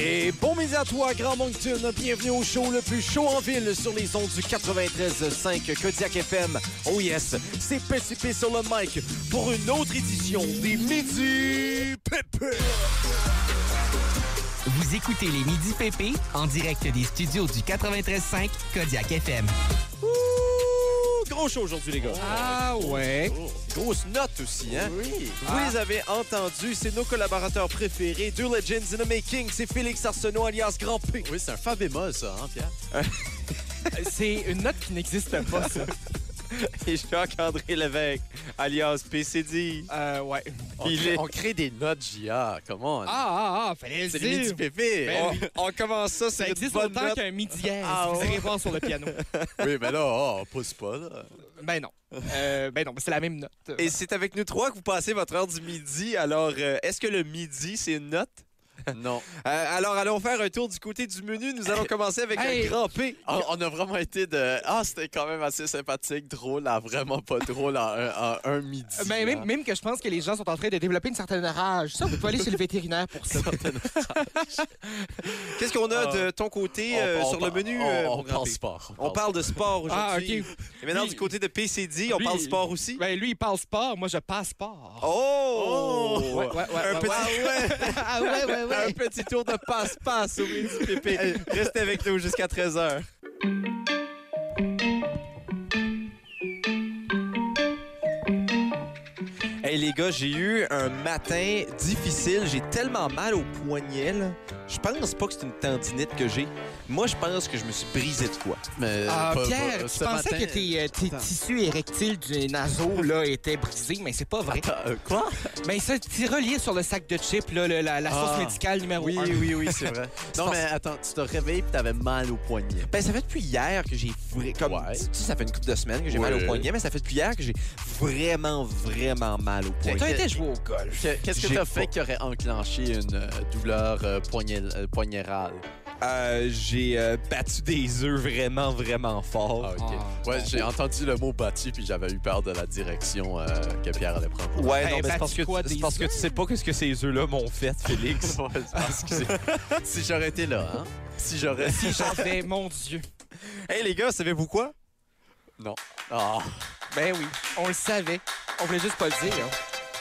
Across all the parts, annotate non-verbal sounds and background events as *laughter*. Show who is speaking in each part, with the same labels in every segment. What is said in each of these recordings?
Speaker 1: Bienvenue à toi, Grand Moncton. Bienvenue au show le plus chaud en ville sur les ondes du 93.5 Kodiak FM. Oh yes, c'est PCP sur le mic pour une autre édition des Midi Pépé.
Speaker 2: Vous écoutez les Midi PP en direct des studios du 93.5 Kodiak FM.
Speaker 1: Ouh, gros show aujourd'hui, les gars.
Speaker 2: Ah ouais.
Speaker 1: Grosse note aussi, hein?
Speaker 3: Oui. Ah.
Speaker 1: Vous les avez entendus, c'est nos collaborateurs préférés. Deux Legends in the Making, c'est Félix Arsenault alias Grand P.
Speaker 3: Oui, c'est un fa bémol, ça, hein, Pierre?
Speaker 4: C'est une note qui n'existe pas,
Speaker 1: *laughs*
Speaker 4: ça.
Speaker 1: *laughs* Et Jacques-André Lévesque alias PCD.
Speaker 4: Euh, ouais.
Speaker 3: On,
Speaker 1: Il
Speaker 3: crée,
Speaker 1: est-
Speaker 3: on crée des notes JA, comment? on?
Speaker 4: Ah, ah, ah, fallait le
Speaker 3: c'est les midi
Speaker 4: dire.
Speaker 3: pépé.
Speaker 4: Ben oui.
Speaker 1: On commence ça, c'est
Speaker 4: Ça
Speaker 1: une
Speaker 4: existe
Speaker 1: bonne
Speaker 4: autant
Speaker 1: note.
Speaker 4: qu'un midi
Speaker 1: Ah,
Speaker 4: vous
Speaker 1: ouais.
Speaker 4: irez voir sur le
Speaker 1: *laughs*
Speaker 4: piano.
Speaker 3: oui, mais là, oh, on pousse pas, là.
Speaker 4: Ben non. Euh, ben non, mais c'est la même note.
Speaker 1: Et c'est avec nous trois que vous passez votre heure du midi. Alors, euh, est-ce que le midi, c'est une note?
Speaker 3: Non.
Speaker 1: *laughs* Euh, alors, allons faire un tour du côté du menu. Nous allons commencer avec
Speaker 4: Hey.
Speaker 1: un grand P.
Speaker 3: On, on a vraiment été de. Ah, c'était quand même assez sympathique, drôle, à vraiment pas drôle en, un- en un midi.
Speaker 4: Euh, ben,
Speaker 1: hein.
Speaker 4: même, même que je pense que les gens sont en train de développer une certaine rage. Ça, vous pouvez aller chez le vétérinaire pour ça.
Speaker 1: Qu'est-ce qu'on a
Speaker 3: Ah.
Speaker 1: de ton côté euh, sur le menu?
Speaker 3: On,
Speaker 1: euh,
Speaker 3: on
Speaker 1: mon grand
Speaker 3: parle
Speaker 1: P?
Speaker 3: sport.
Speaker 1: On parle de sport
Speaker 4: Ah,
Speaker 1: aujourd'hui.
Speaker 4: OK.
Speaker 1: Et maintenant,
Speaker 4: Lui-
Speaker 1: du côté de PCD, on
Speaker 4: lui-
Speaker 1: parle sport aussi.
Speaker 4: Ben lui, il parle sport, moi, je passe sport.
Speaker 1: Oh!
Speaker 4: Ouais, ouais, ouais,
Speaker 1: un,
Speaker 4: ouais,
Speaker 1: petit... *laughs*
Speaker 4: ah ouais, ouais,
Speaker 1: un petit tour de passe-passe au menu du pépé. Restez avec nous jusqu'à 13h. Hey les gars, j'ai eu un matin difficile. J'ai tellement mal au poignet. là. Je pense pas que c'est une tendinite que j'ai. Moi, je pense que je me suis brisé de quoi.
Speaker 3: Mais,
Speaker 4: Ah,
Speaker 3: Euh, pas-
Speaker 4: Pierre,
Speaker 3: pas-
Speaker 4: tu
Speaker 3: ce
Speaker 4: pensais
Speaker 3: matin-
Speaker 4: que tes, euh, tes tissus érectiles du naso là, étaient brisés, mais c'est pas vrai.
Speaker 3: Ah, euh, quoi?
Speaker 4: Mais ça, c'est relié sur le sac de chips, là, le- la, la source
Speaker 3: Ah.
Speaker 4: médicale numéro
Speaker 3: Oui,
Speaker 4: un.
Speaker 3: oui, oui, c'est
Speaker 1: *laughs*
Speaker 3: vrai. non, mais attends, tu te réveilles et t'avais mal au poignet.
Speaker 1: Ben, ça fait depuis hier que j'ai vra- comme
Speaker 3: Ouais.
Speaker 1: tu sais, ça fait une couple de semaines que j'ai mal au
Speaker 3: Ouais.
Speaker 1: poignet, mais ça fait depuis hier que j'ai vraiment vraiment mal au poignet.
Speaker 4: T'as
Speaker 1: *laughs*
Speaker 4: été jouer au golf.
Speaker 3: Que- Qu'est-ce que
Speaker 1: J'ai
Speaker 3: t'as fait
Speaker 1: pas-
Speaker 3: qui aurait enclenché une euh, douleur euh, poignet- euh, poignérale?
Speaker 1: Euh, j'ai euh, battu des œufs vraiment vraiment fort.
Speaker 3: Ah, ok. ouais, j'ai entendu le mot bâti puis j'avais eu peur de la direction euh, que Pierre allait prendre.
Speaker 1: Ouais,
Speaker 4: Ben,
Speaker 1: non, mais c'est
Speaker 4: battu
Speaker 1: parce que
Speaker 4: quoi,
Speaker 1: tu-
Speaker 4: des
Speaker 1: c'est parce que tu sais pas ce que ces œufs là m'ont fait, Félix.
Speaker 3: *laughs* Ouais, c'est parce que
Speaker 1: *laughs*
Speaker 3: c'est- si j'aurais été là, hein? Si j'aurais.
Speaker 4: Si j'en fais, mon Dieu.
Speaker 1: hey les gars, savez-vous quoi
Speaker 3: Ah,
Speaker 4: Ben oui, on le savait. On voulait juste pas le dire. hein.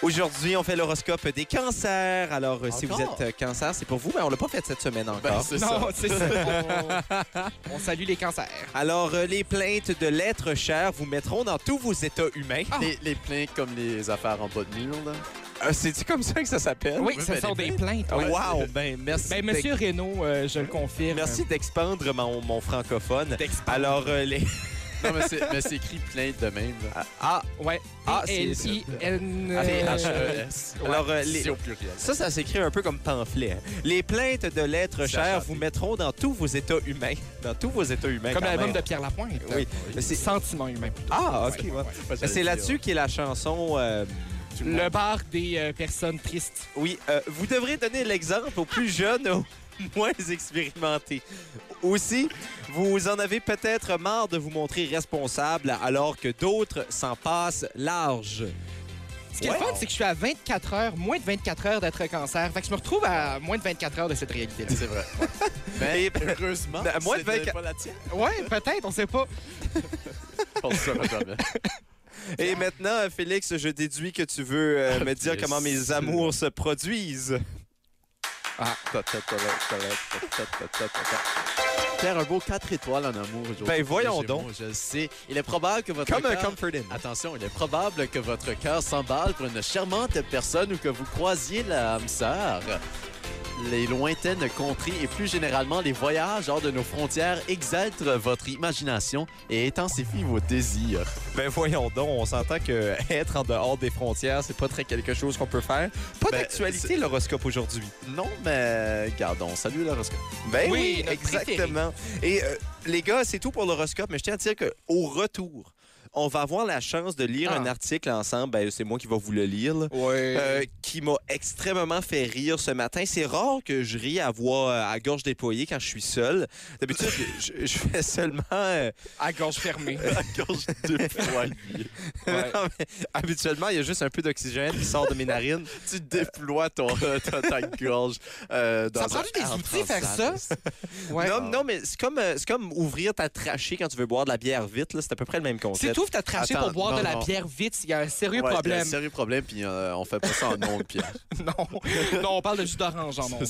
Speaker 1: Aujourd'hui, on fait l'horoscope des cancers. Alors, euh, si vous
Speaker 3: Encore?
Speaker 1: êtes euh, cancer, c'est pour vous, mais on l'a pas fait cette semaine encore.
Speaker 3: ben c'est ça.
Speaker 4: Non, c'est ça. *laughs* On, on salue les cancers.
Speaker 1: Alors, euh, les plaintes de l'être cher vous mettront dans tous vos états humains.
Speaker 3: Les, les plaints comme les affaires en bas de mur, là.
Speaker 1: Euh, C'est-tu comme ça que ça s'appelle?
Speaker 4: Oui,
Speaker 3: oui,
Speaker 4: ce
Speaker 3: ben,
Speaker 4: sont
Speaker 3: les-
Speaker 4: des plaintes. ouais.
Speaker 1: Wow, ben merci.
Speaker 4: Ben,
Speaker 1: d'être-
Speaker 4: monsieur Renault, euh, je le confirme.
Speaker 1: Merci d'expandre mon, mon francophone.
Speaker 4: D'expandre.
Speaker 1: Alors, euh, les... *laughs*
Speaker 3: Non, mais c'est- mais c'est écrit plaint de même. là.
Speaker 1: Ah,
Speaker 4: Ouais.
Speaker 1: Ah, c'est-
Speaker 4: L-I-N.
Speaker 1: Ah, c'est
Speaker 4: euh,
Speaker 3: H-E-S.
Speaker 1: alors, euh, les-
Speaker 3: C'est au pluriel.
Speaker 1: ça, ça s'écrit un peu comme pamphlet. hein. Les plaintes de l'être
Speaker 3: C'est
Speaker 1: cher
Speaker 3: achaté.
Speaker 1: vous mettront dans tous vos états humains. Dans tous vos états humains,
Speaker 4: Comme
Speaker 1: quand
Speaker 4: l'album de
Speaker 1: même.
Speaker 4: Pierre Lapointe.
Speaker 1: E Oui.
Speaker 4: Euh,
Speaker 1: C'est-
Speaker 4: Sentiment humain. plutôt.
Speaker 1: Ah, OK.
Speaker 4: Ouais,
Speaker 1: ouais.
Speaker 4: ouais.
Speaker 1: Ben, C'est là-dessus qu'est la chanson... euh,
Speaker 4: Le bar des euh, personnes tristes.
Speaker 1: Oui, euh, vous devrez donner l'exemple aux plus jeunes, aux *laughs* moins expérimentés. Aussi, vous en avez peut-être marre de vous montrer responsable alors que d'autres s'en passent large.
Speaker 4: Ce qui est le
Speaker 3: Wow.
Speaker 4: fun, c'est que je suis à 24 heures, moins de 24 heures d'être cancer. Fait que je me retrouve à moins de 24 heures de cette réalité-là.
Speaker 3: C'est vrai. ouais. Mais
Speaker 1: Et-
Speaker 3: heureusement,
Speaker 1: Ben, moi,
Speaker 3: Ah, c'est
Speaker 1: vingt-quatre-
Speaker 3: pas la tienne.
Speaker 4: *laughs* Ouais, peut-être, on sait pas.
Speaker 3: On le saura jamais.
Speaker 1: Et maintenant, euh, Félix, je déduis que tu veux euh, me dire
Speaker 3: yes.
Speaker 1: comment mes amours se produisent.
Speaker 3: Faire un beau 4 étoiles en amour aujourd'hui.
Speaker 1: Ben, voyons
Speaker 3: J'ai mon-
Speaker 1: donc.
Speaker 3: Je le sais. Il est probable que votre
Speaker 1: Comme un
Speaker 3: cœur...
Speaker 1: comfort in.
Speaker 3: Attention, il est probable que votre cœur s'emballe pour une charmante personne ou que vous croisiez la âme sœur. Les lointaines contrées et plus généralement les voyages hors de nos frontières exaltent votre imagination et intensifient vos désirs.
Speaker 1: Ben voyons donc, on s'entend que *laughs* être en dehors des frontières, c'est pas très quelque chose qu'on peut faire. Pas
Speaker 3: Ben,
Speaker 1: d'actualité
Speaker 3: c'est-
Speaker 1: l'horoscope aujourd'hui.
Speaker 3: Non, mais gardons. Salut l'horoscope.
Speaker 1: Ben oui,
Speaker 4: Oui, notre
Speaker 1: exactement. Et euh, les gars, c'est tout pour l'horoscope, mais je tiens à dire que au retour, on va avoir la chance de lire
Speaker 4: Ah.
Speaker 1: un article ensemble. Ben, c'est moi qui va vous le lire. là.
Speaker 4: Ouais.
Speaker 1: Euh, qui m'a extrêmement fait rire ce matin. C'est rare que je rie à voix euh, à gorge déployée quand je suis seul. D'habitude, je, je- je fais seulement euh,
Speaker 4: À gorge fermée.
Speaker 3: *laughs* Gorge de poignet.
Speaker 1: *laughs* Non, mais habituellement, il y a juste un peu d'oxygène qui sort de mes *laughs* narines.
Speaker 3: tu déploies ton, euh, ta, ta gorge. euh, dans
Speaker 4: Ça
Speaker 3: un
Speaker 4: prend-tu des
Speaker 3: arbre
Speaker 4: outils faire
Speaker 3: transat. *laughs*
Speaker 4: Ouais.
Speaker 1: Non, non, mais c'est comme, euh, c'est comme ouvrir ta trachée quand tu veux boire de la bière vite. là. C'est à peu près le même
Speaker 4: Si
Speaker 1: concept.
Speaker 4: tu ouvres ta trachée
Speaker 3: Attends,
Speaker 4: pour boire
Speaker 3: non,
Speaker 4: de la
Speaker 3: non.
Speaker 4: bière vite, il y a un sérieux
Speaker 3: Ouais, il y a un
Speaker 4: problème.
Speaker 3: Sérieux problème, puis euh, on fait pas ça en nom de *laughs* Pierre.
Speaker 4: *laughs* non. non, on parle de jus d'orange en monde.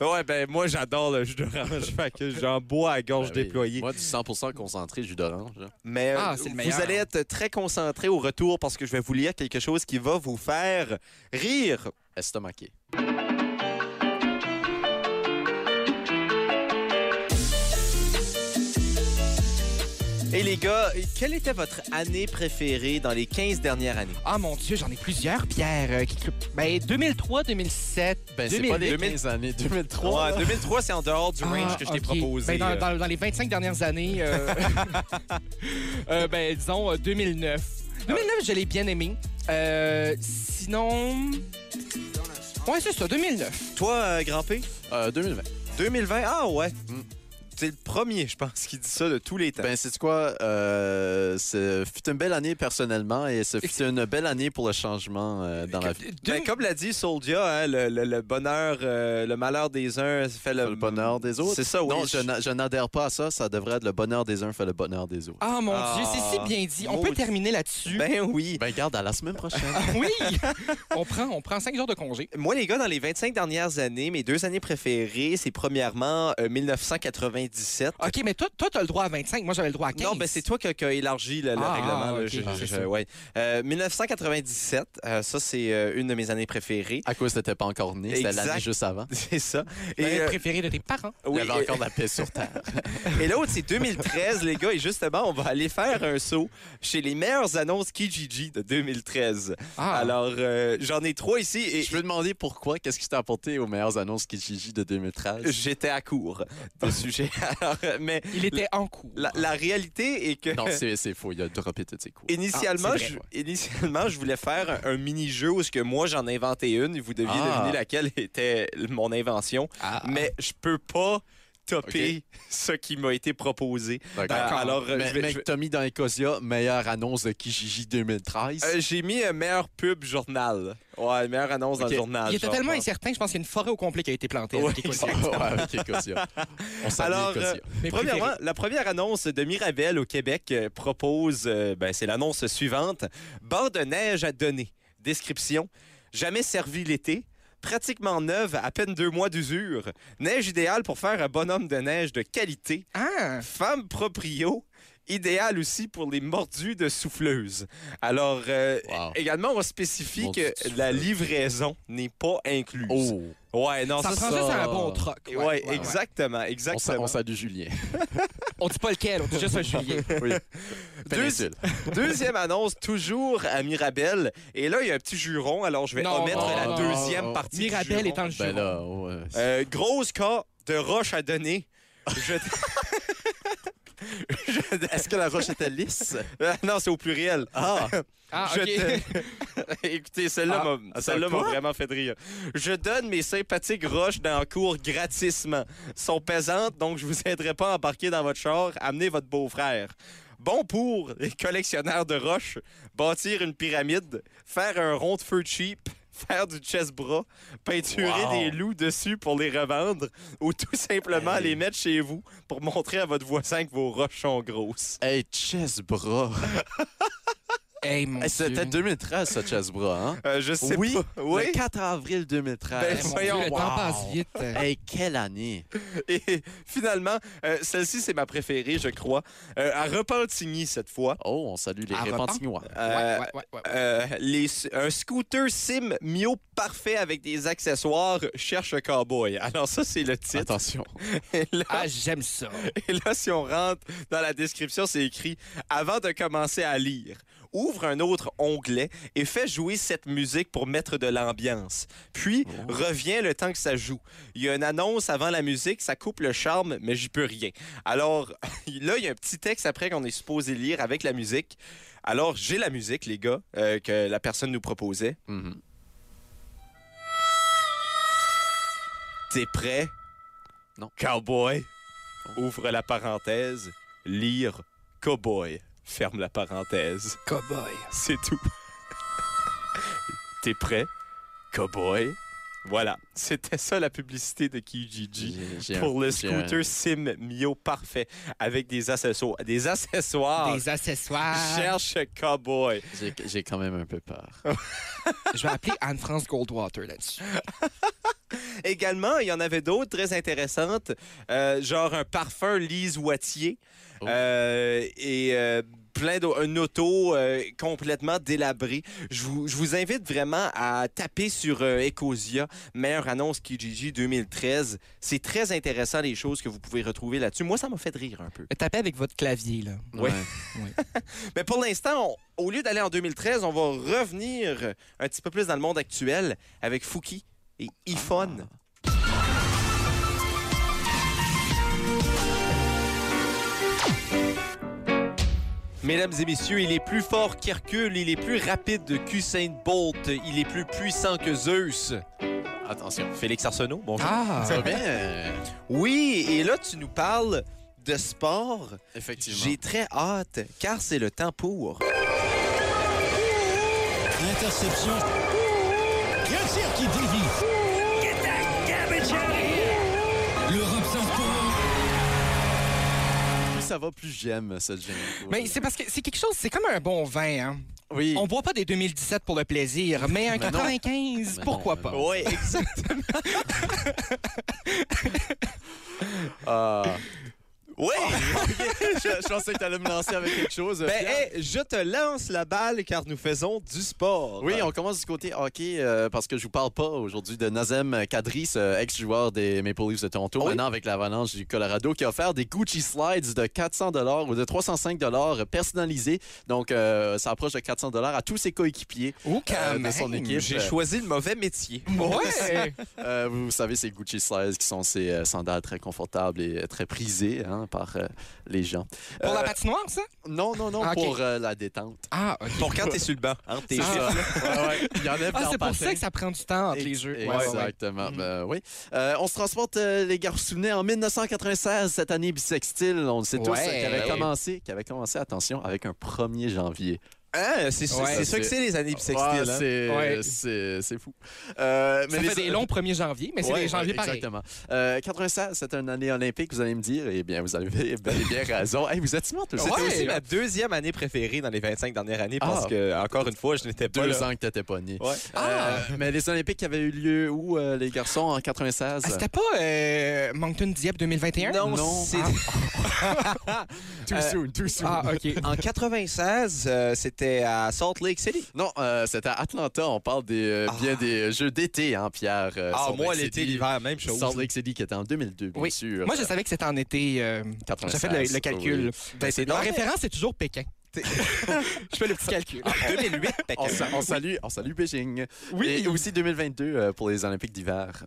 Speaker 1: Ouais, ben moi, j'adore le jus d'orange. *laughs* fait que j'en bois à gorge
Speaker 3: Ben oui.
Speaker 1: déployée.
Speaker 3: Moi, du 100% concentré jus d'orange. là.
Speaker 1: Mais euh,
Speaker 4: Ah, c'est le meilleur.
Speaker 1: vous allez être très concentré au retour parce que je vais vous lire quelque chose qui va vous faire rire.
Speaker 3: Estomaqué.
Speaker 1: Et les gars, quelle était votre année préférée dans les 15 dernières années?
Speaker 4: Ah mon Dieu, j'en ai plusieurs, Pierre. euh, qui- Ben, 2003, 2007.
Speaker 3: Ben, c'est pas les
Speaker 4: 2008.
Speaker 3: 15 années. 2003.
Speaker 1: Ouais, 2003, c'est en dehors du range
Speaker 4: Ah,
Speaker 1: que je t'ai
Speaker 4: ok.
Speaker 1: proposé.
Speaker 4: Ben, dans,
Speaker 1: euh.
Speaker 4: dans- dans les 25 dernières années,
Speaker 1: *laughs*
Speaker 4: euh, *laughs* euh, ben, disons euh, 2009.
Speaker 1: Ah.
Speaker 4: 2009, je l'ai bien aimé. Euh, sinon. Ouais, c'est ça, 2009.
Speaker 1: Toi, euh, Grand P?
Speaker 3: Euh, 2020.
Speaker 1: 2020, ah ouais.
Speaker 3: Mm.
Speaker 1: C'est le premier, je pense, qui dit ça de tous les temps.
Speaker 3: Ben, c'est quoi? Euh, ce fut une belle année personnellement et ce fut une belle année pour le changement euh, dans la vie.
Speaker 4: Deux-
Speaker 1: Ben, comme l'a dit Soldia, hein, le, le- le bonheur, euh, le malheur des uns fait le,
Speaker 3: Le bonheur des autres.
Speaker 1: C'est ça, oui.
Speaker 3: Non, je n'a- je n'adhère pas à ça. Ça devrait être le bonheur des uns fait le bonheur des autres.
Speaker 4: Ah mon
Speaker 1: Ah,
Speaker 4: Dieu, c'est si bien dit. On
Speaker 1: mon
Speaker 4: peut
Speaker 1: Dieu.
Speaker 4: terminer là-dessus. Ah,
Speaker 1: Ben oui.
Speaker 3: Ben, garde à la semaine prochaine.
Speaker 4: Oui! *laughs* on, prend, on prend 5 jours de congé.
Speaker 1: Moi, les gars, dans les 25 dernières années, mes deux années préférées, c'est premièrement euh, 1997.
Speaker 4: OK, mais toi, toi, t'as le droit à 25. Moi, j'avais le droit à 15.
Speaker 1: Non, ben c'est toi qui as qui as élargi le, le
Speaker 4: Ah,
Speaker 1: règlement.
Speaker 4: ah,
Speaker 1: là.
Speaker 4: ok,
Speaker 1: Je-
Speaker 4: ah,
Speaker 1: je-
Speaker 4: c'est
Speaker 1: je-
Speaker 4: ça.
Speaker 1: ouais. Euh, 1997, euh, ça, c'est euh, une de mes années préférées. *laughs*
Speaker 3: à cause t'étais pas encore né. C'était
Speaker 1: Exact.
Speaker 3: l'année juste avant.
Speaker 1: C'est ça.
Speaker 4: Et
Speaker 1: euh,
Speaker 4: préféré de tes parents.
Speaker 3: Il
Speaker 1: oui,
Speaker 3: y avait
Speaker 1: et-
Speaker 3: encore la paix sur Terre.
Speaker 1: Et l'autre, c'est 2013, les gars. Et justement, on va aller faire un saut chez les meilleures annonces Kijiji de 2013.
Speaker 4: Ah,
Speaker 1: Alors, euh, j'en ai trois ici et
Speaker 3: Je me demander pourquoi. Qu'est-ce qui t'a apporté aux meilleures annonces Kijiji de 2013?
Speaker 1: j'étais à court
Speaker 3: Ah.
Speaker 1: de sujet. Alors, euh, mais
Speaker 4: il était en cours.
Speaker 1: la, la réalité est que...
Speaker 3: Non, c'est c'est faux. Il a droppé toutes ses cours.
Speaker 1: *laughs* Initialement,
Speaker 4: Ah, c'est
Speaker 1: je, initialement, je voulais faire un, un mini-jeu où ce que moi j'en ai inventé une et vous deviez
Speaker 3: Ah.
Speaker 1: deviner laquelle était mon invention.
Speaker 3: Ah,
Speaker 1: Mais je peux pas topper ce qui m'a été proposé.
Speaker 3: d'accord.
Speaker 1: Euh, alors, euh,
Speaker 3: Mais,
Speaker 1: je vais-
Speaker 3: mais
Speaker 1: je vais-
Speaker 3: Tommy dans Ecosia, meilleure annonce de Kijiji 2013. *laughs*
Speaker 1: Euh, J'ai mis euh, meilleure pub journal. Ouais, meilleure annonce dans
Speaker 3: Ok.
Speaker 1: le journal.
Speaker 4: Il était
Speaker 1: genre,
Speaker 4: tellement
Speaker 1: ouais.
Speaker 4: incertain, je pense qu'il y a une forêt au complet qui a été plantée.
Speaker 1: Ah, Ouais,
Speaker 4: avec les couleurs.
Speaker 3: Ouais, avec Ecosia. On salue
Speaker 1: Alors,
Speaker 3: Ecosia.
Speaker 1: euh,
Speaker 4: Mes
Speaker 1: Premièrement, la première annonce de Mirabel au Québec euh, propose, euh, ben, c'est l'annonce suivante. Bord de neige à donner. Description. Jamais servi l'été. Pratiquement neuve, à peine deux mois d'usure. Neige idéale pour faire un bonhomme de neige de qualité.
Speaker 4: Ah!
Speaker 1: Femme proprio. Idéale aussi pour les mordus de souffleuses. Alors, euh,
Speaker 3: Wow.
Speaker 1: également, on spécifie
Speaker 3: Mordus
Speaker 1: que
Speaker 3: de souffleuse.
Speaker 1: la livraison n'est pas incluse.
Speaker 3: Oh,
Speaker 1: Ouais, non,
Speaker 4: Ça
Speaker 1: ça,
Speaker 4: prend
Speaker 3: ça-
Speaker 4: juste un bon troc.
Speaker 1: Ouais, exactement,
Speaker 3: on, sa-
Speaker 1: exactement.
Speaker 3: on salue Julien.
Speaker 1: *laughs*
Speaker 4: On dit pas lequel, on dit juste un juillet.
Speaker 3: Oui. Péninsule.
Speaker 1: Deuxième annonce, toujours à Mirabel. Et là, il y a un petit juron, alors je vais
Speaker 4: Non,
Speaker 1: omettre
Speaker 3: non,
Speaker 1: la
Speaker 3: non,
Speaker 1: deuxième
Speaker 3: non.
Speaker 1: partie. du
Speaker 4: Mirabelle
Speaker 1: juron.
Speaker 4: étant le
Speaker 3: Ben
Speaker 4: juron.
Speaker 3: là, ouais.
Speaker 1: Euh, grosse cas de roche à donner. Je- *laughs*
Speaker 3: Est-ce que la roche était lisse?
Speaker 1: Ah, non, c'est au pluriel.
Speaker 3: Ah,
Speaker 4: Ah,
Speaker 1: Je
Speaker 4: OK.
Speaker 1: te- *laughs* Écoutez, celle-là
Speaker 3: Ah,
Speaker 1: m'a celle-là m'a
Speaker 3: quoi?
Speaker 1: vraiment fait de rire. Je donne mes sympathiques roches dans le cours gratissement. Sont pesantes, donc je vous aiderai pas à embarquer dans votre char. Amenez votre beau-frère. Bon pour les collectionneurs de roches, bâtir une pyramide, faire un rond de feu cheap, faire du chess bras, peinturer
Speaker 3: Wow.
Speaker 1: des loups dessus pour les revendre ou tout simplement
Speaker 3: Hey.
Speaker 1: les mettre chez vous pour montrer à votre voisin que vos roches sont grosses.
Speaker 3: hey, Chessbra.
Speaker 4: *laughs* Hey, mon
Speaker 3: Hey,
Speaker 1: Eh,
Speaker 4: Dieu.
Speaker 3: Eh, C'était 2013, ce Chessbra, hein?
Speaker 1: Euh, je sais
Speaker 3: Oui,
Speaker 1: pas. Oui.
Speaker 3: Le 4 avril
Speaker 4: Hey,
Speaker 3: 2013.
Speaker 4: mon
Speaker 1: voyons,
Speaker 4: Dieu, le
Speaker 3: wow. Euh,
Speaker 4: temps passe vite.
Speaker 3: Hey, quelle année!
Speaker 1: Et finalement, euh, celle-ci, c'est ma préférée, je crois. Euh, à Repentigny, cette fois.
Speaker 3: Oh, on salue les
Speaker 4: Ah,
Speaker 3: Repentinois.
Speaker 1: Euh,
Speaker 4: Ouais, ouais, ouais, ouais.
Speaker 1: euh, les, un scooter sim mio parfait avec des accessoires cherche un cowboy. Alors ça, c'est le titre.
Speaker 3: Attention.
Speaker 1: Et là,
Speaker 4: Ah, j'aime ça.
Speaker 1: *laughs* et là, si on rentre dans la description, c'est écrit « Avant de commencer à lire, ouvre un autre onglet et fait jouer cette musique pour mettre de l'ambiance. Puis revient le temps que ça joue. Il y a une annonce avant la musique, ça coupe le charme, mais j'y peux rien. Alors *laughs* là, il y a un petit texte après qu'on est supposé lire avec la musique. Alors j'ai la musique, les gars, euh, que la personne nous proposait.
Speaker 3: Mhm.
Speaker 1: T'es prêt?
Speaker 3: Non.
Speaker 1: Cowboy. Ouvre la parenthèse. Lire. Cowboy. Ferme la parenthèse. *laughs*
Speaker 4: Cowboy.
Speaker 1: C'est tout. T'es prêt? Cowboy. Voilà. C'était ça la publicité de Kijiji
Speaker 3: J'ai- j'ai un-
Speaker 1: pour le
Speaker 3: j'ai un-
Speaker 1: scooter Sim Mio parfait avec des accessoires. Des accessoires.
Speaker 4: Des accessoires.
Speaker 1: Cherche Cowboy.
Speaker 3: j'ai- J'ai quand même un
Speaker 1: *laughs*
Speaker 3: peu peur.
Speaker 4: Je vais appeler Anne-France Goldwater là-dessus.
Speaker 1: Également, il y en avait d'autres très intéressantes, euh, genre un parfum Lise Wattier
Speaker 3: Oh.
Speaker 1: euh, et euh, plein d'un auto euh, complètement délabré. Je vous, je vous invite vraiment à taper sur euh, Ecosia, meilleure annonce Kijiji 2013. C'est très intéressant les choses que vous pouvez retrouver là-dessus. Moi, ça m'a fait rire un peu.
Speaker 4: Tapez avec votre clavier, là.
Speaker 1: Ouais.
Speaker 3: Ouais.
Speaker 1: Mais pour l'instant, on- au lieu d'aller en 2013, on va revenir un petit peu plus dans le monde actuel avec Fouki et iPhone. Mesdames et messieurs, il est plus fort qu'Hercule, il est plus rapide qu'Usain Bolt, il est plus puissant que Zeus.
Speaker 3: Attention.
Speaker 1: Félix Arsenault, bonjour.
Speaker 4: Ah!
Speaker 3: Ça va bien?
Speaker 1: *laughs*
Speaker 3: euh,
Speaker 1: Oui, et là, tu nous parles de sport.
Speaker 3: Effectivement.
Speaker 1: J'ai très hâte, car c'est le temps pour...
Speaker 5: Interception. Et un tir qui dévie. L'Europe s'impose.
Speaker 3: Plus ça va, plus j'aime ce générique.
Speaker 4: Mais c'est parce que c'est quelque chose, c'est comme un bon vin, hein.
Speaker 3: Oui.
Speaker 4: On boit pas des 2017 pour le plaisir, mais un
Speaker 3: Mais non.
Speaker 4: 95,
Speaker 3: Mais
Speaker 4: pourquoi
Speaker 3: non,
Speaker 4: pas?
Speaker 3: mais
Speaker 1: Oui, *laughs* exactement. Ah. Oui!
Speaker 3: *laughs* je, je pensais que t'allais me lancer avec quelque chose.
Speaker 1: Ben,
Speaker 3: Pierre.
Speaker 1: hey, je te lance la balle car nous faisons du sport.
Speaker 3: Oui, on commence du côté hockey euh, parce que je vous parle pas aujourd'hui de Nazem Kadri, ce ex-joueur des Maple Leafs de Toronto,
Speaker 1: Oui.
Speaker 3: maintenant avec l'Avalanche du Colorado, qui a offert des Gucci Slides de 400 ou de 305 personnalisés. Donc, euh, ça approche de 400 à tous ses coéquipiers.
Speaker 4: Ou quand
Speaker 3: Euh, de
Speaker 4: même.
Speaker 3: son équipe.
Speaker 1: J'ai choisi le mauvais métier.
Speaker 4: Ouais!
Speaker 3: Euh, vous, vous savez, ces Gucci Slides qui sont ces euh, sandales très confortables et euh, très prisées hein, par euh, les gens.
Speaker 4: Pour la
Speaker 3: Euh,
Speaker 4: patinoire, ça?
Speaker 3: Non, non, non,
Speaker 4: Ah, ok.
Speaker 3: pour euh, la détente.
Speaker 4: Ah, ok.
Speaker 1: *laughs* Pour quand t'es sur le banc.
Speaker 3: Hein, t'es
Speaker 4: Ah.
Speaker 3: ça. Ouais, ouais. Il y en a
Speaker 4: Ah,
Speaker 3: plein
Speaker 4: c'est
Speaker 3: patin.
Speaker 4: pour ça que ça prend du temps entre les
Speaker 3: Ex-
Speaker 4: jeux. Ouais, Mhm. ouais, ouais.
Speaker 3: Exactement, ben oui. Euh, on se transporte, euh, les garçonnets, en 1996, cette année bisextile, on le sait tous,
Speaker 4: Ouais. ben
Speaker 3: euh, qui avait,
Speaker 4: Ouais.
Speaker 3: commencé, qui avait commencé, attention, avec un 1er janvier.
Speaker 1: Hein, c'est ça
Speaker 4: Ouais.
Speaker 1: c'est ça que c'est les années
Speaker 3: Ouais,
Speaker 1: bisextiles. hein.
Speaker 3: c'est, euh,
Speaker 4: Ouais.
Speaker 3: c'est- c'est fou. Euh,
Speaker 4: Ça
Speaker 3: les-
Speaker 4: fait des longs 1er janvier, mais c'est
Speaker 3: Ouais,
Speaker 4: des janvier
Speaker 3: ouais,
Speaker 4: pareil.
Speaker 3: Exactement. Euh, 96, c'est une année olympique, vous allez me dire. Eh bien, vous avez *laughs* bel et bien raison. Hey, vous êtes smart, vous
Speaker 1: C'était
Speaker 3: êtes
Speaker 4: Ouais.
Speaker 1: aussi ma deuxième année préférée dans les 25 dernières années parce
Speaker 3: Ah.
Speaker 1: que, encore une fois, je n'étais pas
Speaker 3: deux
Speaker 1: là. Ah,
Speaker 3: ans que t'étais pas né.
Speaker 1: Ouais.
Speaker 4: Ah!
Speaker 3: Euh, mais les Olympiques qui avaient eu lieu où, euh, les garçons, en 96?
Speaker 4: Ah, c'était pas euh, Moncton Dieppe 2021?
Speaker 1: Non,
Speaker 3: Non.
Speaker 1: c'est-
Speaker 3: too soon, too soon.
Speaker 4: Ah,
Speaker 3: *laughs*
Speaker 4: ok.
Speaker 1: *laughs* en 96, euh, c'était à Salt Lake City.
Speaker 3: Non, euh, c'était à Atlanta. On parle des, euh,
Speaker 1: Ah.
Speaker 3: bien des euh, jeux d'été, hein, Pierre. euh,
Speaker 1: Ah,
Speaker 3: Salt
Speaker 1: moi,
Speaker 3: Lake
Speaker 1: l'été,
Speaker 3: City.
Speaker 1: l'hiver, même chose.
Speaker 3: Salt Lake City qui était en 2002, bien
Speaker 4: Oui.
Speaker 3: sûr.
Speaker 4: Moi, je savais que c'était en été. euh, J'ai
Speaker 3: 96,
Speaker 4: fait le, le
Speaker 3: oui.
Speaker 4: calcul.
Speaker 1: Ben, c'est
Speaker 4: La
Speaker 3: *laughs*
Speaker 1: normal.
Speaker 4: référence, c'est toujours Pékin.
Speaker 1: T'es-
Speaker 4: Je fais le petit calcul.
Speaker 1: 2008,
Speaker 3: On, sa- on salue, on salue Beijing.
Speaker 4: Oui.
Speaker 3: Et aussi 2022 euh, pour les Olympiques d'hiver.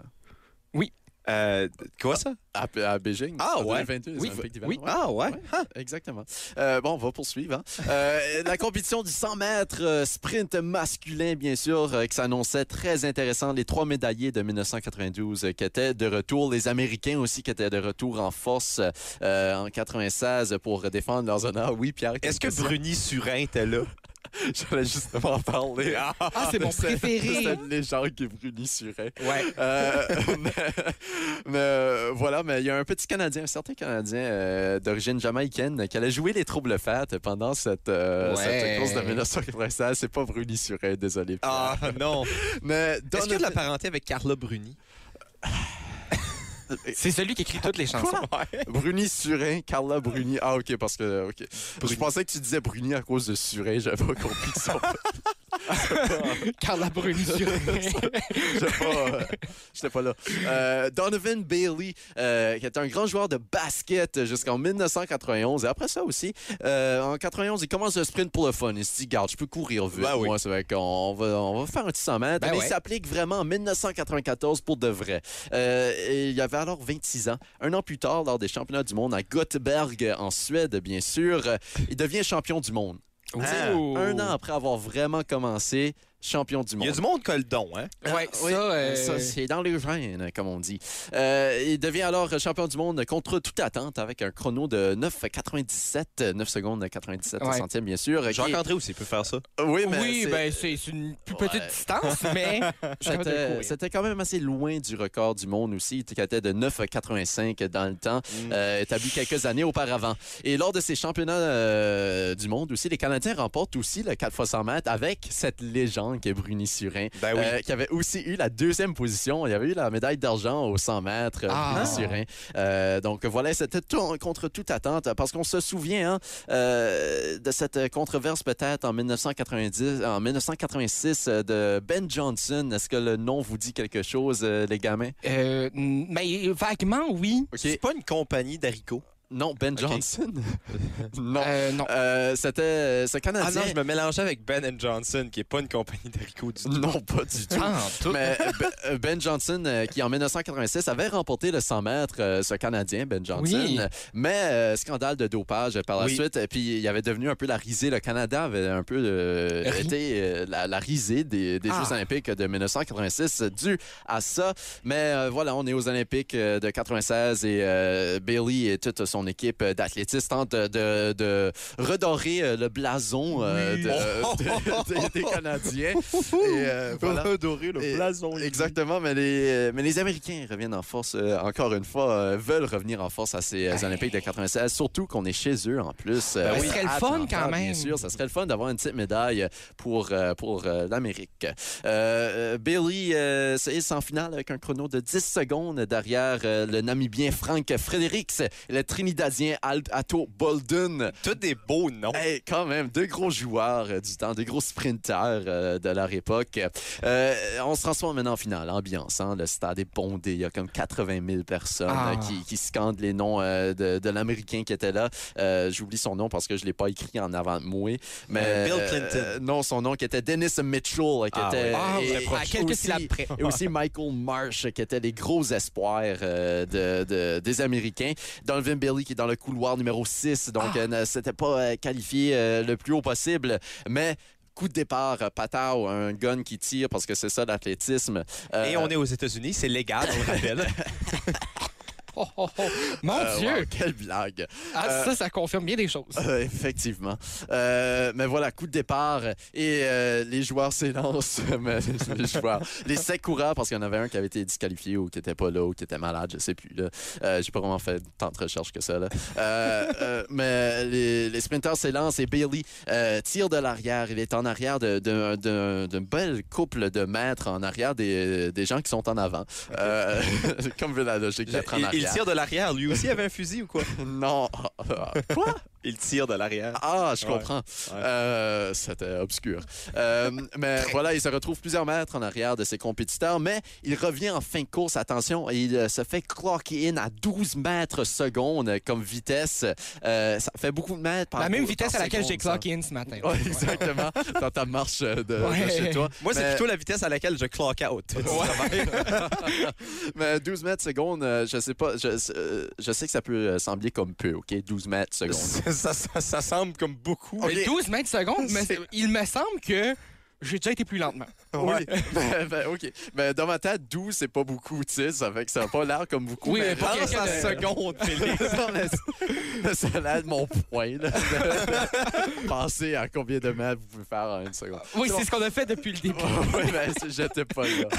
Speaker 1: Euh, quoi ça?
Speaker 3: À, à Beijing.
Speaker 1: Ah,
Speaker 3: en
Speaker 1: ouais.
Speaker 3: 2022, les
Speaker 4: Oui,
Speaker 3: Olympiques d'hiver.
Speaker 4: oui.
Speaker 1: Ah ouais?
Speaker 3: Exactement. Euh, bon, on va poursuivre. hein. Euh, la compétition du 100 mètres euh, sprint masculin, bien sûr, euh, qui s'annonçait très intéressant. Les trois médaillés de 1992 euh, qui étaient de retour. Les Américains aussi qui étaient de retour en force euh, en 96 pour défendre leurs honneurs. Oui, Pierre.
Speaker 1: Est-ce que
Speaker 3: question?
Speaker 1: Bruni Surin était là?
Speaker 3: *laughs* J'allais justement
Speaker 1: *laughs*
Speaker 3: en parler. *laughs* Ah,
Speaker 4: Ah, c'est mon préféré.
Speaker 3: C'est une légende qui brûle sur elle.
Speaker 4: Ouais.
Speaker 3: Euh, *laughs* mais, mais, euh, voilà, mais il y a un petit Canadien, un certain Canadien euh, d'origine jamaïcaine qui allait jouer les troubles fat pendant cette, euh,
Speaker 4: Ouais.
Speaker 3: cette course de 1996. C'est pas Bruni Suret, désolé. Pierre.
Speaker 1: Ah non.
Speaker 3: mais
Speaker 1: Est-ce qu'il y a de la
Speaker 3: Donovan-
Speaker 1: parenté avec Carla Bruni?
Speaker 4: C'est celui qui écrit toutes les chansons.
Speaker 3: Bruni Surin, Carla
Speaker 1: *laughs*
Speaker 3: Bruni. Ah, ok, parce que. ok. Je pensais que tu disais Bruni à cause de Surin, j'avais pas compris que ça.
Speaker 4: Carla
Speaker 3: *laughs*
Speaker 4: Bruni. sur- *laughs*
Speaker 3: J'étais pas, euh, j'étais pas là. Euh, Donovan Bailey, euh, qui était un grand joueur de basket jusqu'en 1991. Et après ça aussi, euh, en 91, il commence le sprint pour le fun. Il se dit, garde, je peux courir vite.
Speaker 1: Ben oui.
Speaker 3: Moi, c'est vrai qu'on va, on va faire un petit 100 mètres.
Speaker 4: Ben
Speaker 3: Mais
Speaker 4: ouais.
Speaker 3: il s'applique vraiment en 1994 pour de vrai. Euh, et il avait alors 26 ans. Un an plus tard, lors des championnats du monde à Göteborg, en Suède, bien sûr, euh, il devient champion du monde.
Speaker 4: Ouh.
Speaker 3: Un an après avoir vraiment commencé, champion du
Speaker 1: Oh. Il
Speaker 3: monde.
Speaker 1: y a du monde qui a le don, hein?
Speaker 4: Ouais,
Speaker 3: Oui,
Speaker 4: ça, euh,
Speaker 3: ça, c'est dans les gènes, comme on dit. Euh, il devient alors champion du monde contre toute attente avec un chrono de 9,97, 9 secondes 97
Speaker 4: Ouais.
Speaker 3: centièmes, bien sûr. qui- Euh,
Speaker 1: Jacques-André aussi peut faire ça.
Speaker 3: Oui, mais
Speaker 4: oui,
Speaker 3: c'est-
Speaker 4: ben c'est c'est une plus
Speaker 3: Ouais.
Speaker 4: petite distance,
Speaker 3: *laughs*
Speaker 4: mais je suis capable de le
Speaker 3: c'était
Speaker 4: courir.
Speaker 3: c'était quand même assez loin du record du monde aussi, qui était de 9,85 dans le temps,
Speaker 4: Mm.
Speaker 3: euh, établi quelques années auparavant. Et lors de ces championnats euh, du monde aussi, les Canadiens remportent aussi le 4 x 100 mètres avec cette légende qui est Bruni Surin.
Speaker 1: Ben oui.
Speaker 3: Euh, qui avait aussi eu la deuxième position. Il y avait eu la médaille d'argent aux 100 mètres, euh,
Speaker 4: Ah.
Speaker 3: Bruno Surin. Euh, donc voilà, c'était tout- contre toute attente, parce qu'on se souvient hein, euh, de cette controverse peut-être en, 1990, en 1986 euh, de Ben Johnson. Est-ce que le nom vous dit quelque chose, euh, les gamins?
Speaker 4: Euh, n- mais vaguement, oui.
Speaker 1: C'est pas une compagnie d'haricots.
Speaker 3: Non, Ben Johnson?
Speaker 1: *laughs*
Speaker 3: non.
Speaker 4: Euh, non.
Speaker 3: Euh, c'était euh, ce
Speaker 1: Ah
Speaker 3: Canadien.
Speaker 1: non, je me mélangeais avec Ben and Johnson, qui est pas une compagnie d'haricots du tout.
Speaker 3: non, pas du tout.
Speaker 4: Ah, en tout.
Speaker 3: Mais Ben- euh, Ben Johnson, euh, qui en 1986 avait remporté le 100 mètres, euh, ce Canadien, Ben Johnson.
Speaker 4: Oui.
Speaker 3: Mais euh, scandale de dopage par la
Speaker 1: Oui.
Speaker 3: suite. Et puis, il avait devenu un peu la risée. Le Canada avait un peu euh,
Speaker 4: Ri-
Speaker 3: été euh, la, la risée des, des
Speaker 4: Ah.
Speaker 3: Jeux olympiques de 1986 euh, dû à ça. Mais euh, voilà, on est aux Olympiques euh, de 96 et euh, Bailey et toute son équipe euh, d'athlétistes tentent de, de- de redorer euh, le blason euh, de- de- des- des Canadiens. Et,
Speaker 4: *laughs*
Speaker 3: euh, voilà.
Speaker 1: Redorer le
Speaker 3: Et-
Speaker 1: blason.
Speaker 3: Exactement, mais les, mais les Américains reviennent en force, euh, encore une fois, euh, veulent revenir en force à ces euh, Olympiques de 96, surtout qu'on est chez eux en plus. Euh,
Speaker 4: Ben oui.
Speaker 3: on
Speaker 4: Ce serait le
Speaker 3: hâte
Speaker 4: fun
Speaker 3: d'en
Speaker 4: quand
Speaker 3: parler,
Speaker 4: même.
Speaker 3: Bien sûr, ça serait le fun d'avoir une petite médaille pour, euh, pour euh, l'Amérique. Euh, euh, Billy euh, c'est c'est en finale avec un chrono de 10 secondes derrière euh, le Namibien Frank Fredericks et le Trinidadien Al Atto Bolden.
Speaker 1: Tout des beaux noms.
Speaker 3: Hey, quand même, deux gros joueurs euh, du temps, des gros sprinters euh, de leur époque. Euh, on se transforme maintenant en finale. Ambiance, hein, le stade est bondé. Il y a comme 80 000 personnes
Speaker 4: Ah.
Speaker 3: euh, qui, qui scandent les noms euh, de, de l'Américain qui était là. Euh, J'oublie son nom parce que je ne l'ai pas écrit en avant de moi. Mais,
Speaker 1: Euh, Bill Clinton.
Speaker 3: non, son nom qui était Dennis Mitchell. euh, Qui
Speaker 1: Ah,
Speaker 3: était,
Speaker 1: oui.
Speaker 4: Ah,
Speaker 3: et-
Speaker 4: oui,
Speaker 3: et
Speaker 4: à quelques
Speaker 3: aussi-
Speaker 4: syllabes
Speaker 3: *laughs*
Speaker 4: près.
Speaker 3: et aussi Michael Marsh, qui étaient les gros espoirs euh, de, de- des Américains. Donovan Bailey, qui est dans le couloir numéro 6, donc
Speaker 4: Ah.
Speaker 3: euh, ne s'était pas euh, qualifié euh, le plus haut possible. Mais coup de départ, euh, Patao, un gun qui tire, parce que c'est ça l'athlétisme. Euh,
Speaker 1: Et on est aux États-Unis, c'est légal, on le rappelle.
Speaker 4: *laughs* Oh, oh, oh. Mon
Speaker 3: euh,
Speaker 4: Dieu!
Speaker 3: wow, quelle blague!
Speaker 4: Ah,
Speaker 3: euh,
Speaker 4: ça, ça confirme bien des
Speaker 3: *laughs*
Speaker 4: choses.
Speaker 3: Euh, effectivement. Euh, mais voilà, coup de départ. Et euh, les joueurs s'élancent. *laughs* mais les joueurs. Les sept coureurs, parce qu'il y en avait un qui avait été disqualifié ou qui n'était pas là ou qui était malade, je sais plus. là. Euh, J'ai pas vraiment fait tant de recherches que ça. là. Euh, euh, mais les, les sprinters s'élancent et Bailey euh, tire de l'arrière. Il est en arrière de- de- de- d'un bel couple de mètres en arrière des, des gens qui sont en avant. Euh, *laughs* comme veut la logique
Speaker 1: Il,
Speaker 3: d'être en
Speaker 1: il
Speaker 3: arrière.
Speaker 1: tire de l'arrière. Lui aussi avait un fusil ou quoi?
Speaker 3: Non. Quoi?
Speaker 1: Il tire de l'arrière.
Speaker 3: Ah, je
Speaker 1: Ouais.
Speaker 3: comprends.
Speaker 1: Ouais.
Speaker 3: Euh, C'était obscur.
Speaker 4: *laughs*
Speaker 3: Euh, mais voilà, il se retrouve plusieurs mètres en arrière de ses compétiteurs, mais il revient en fin de course. Attention, et il euh, se fait clock in à 12 mètres secondes comme vitesse. Euh, ça fait beaucoup de mètres. Par
Speaker 4: La même vitesse à
Speaker 3: par
Speaker 4: laquelle j'ai
Speaker 3: seconde,
Speaker 4: clock in ce matin.
Speaker 3: ça. *laughs* Ouais,
Speaker 4: *laughs*
Speaker 3: exactement, dans ta marche euh, de, de
Speaker 4: Ouais.
Speaker 3: chez toi.
Speaker 1: Ah, Moi, c'est
Speaker 3: Mais-
Speaker 1: plutôt la vitesse à laquelle je clock out.
Speaker 3: Mais 12 mètres secondes, euh, je sais pas, je, euh, je sais que ça peut euh, sembler comme peu, OK? 12 mètres secondes.
Speaker 1: ça, ça- ça semble comme beaucoup.
Speaker 4: Mais 12 mètres secondes,
Speaker 3: *laughs*
Speaker 4: mais il me semble que j'ai déjà été plus lentement.
Speaker 3: Oui, *laughs* ben, ben, OK. Mais dans ma tête, 12, c'est pas beaucoup, tu sais, ça fait que ça n'a pas l'air comme beaucoup.
Speaker 4: Oui, mais
Speaker 3: mais
Speaker 4: pour
Speaker 3: dans-
Speaker 4: quelqu'un de-
Speaker 1: seconde,
Speaker 3: *laughs* Non, mais ça a l'air de mon point. Là, de- Pensez à combien de mètres vous pouvez faire en une seconde. Oh, ben,
Speaker 4: Oui, c'est ce qu'on a fait depuis le début.
Speaker 3: oui, mais c'est- j'étais pas là.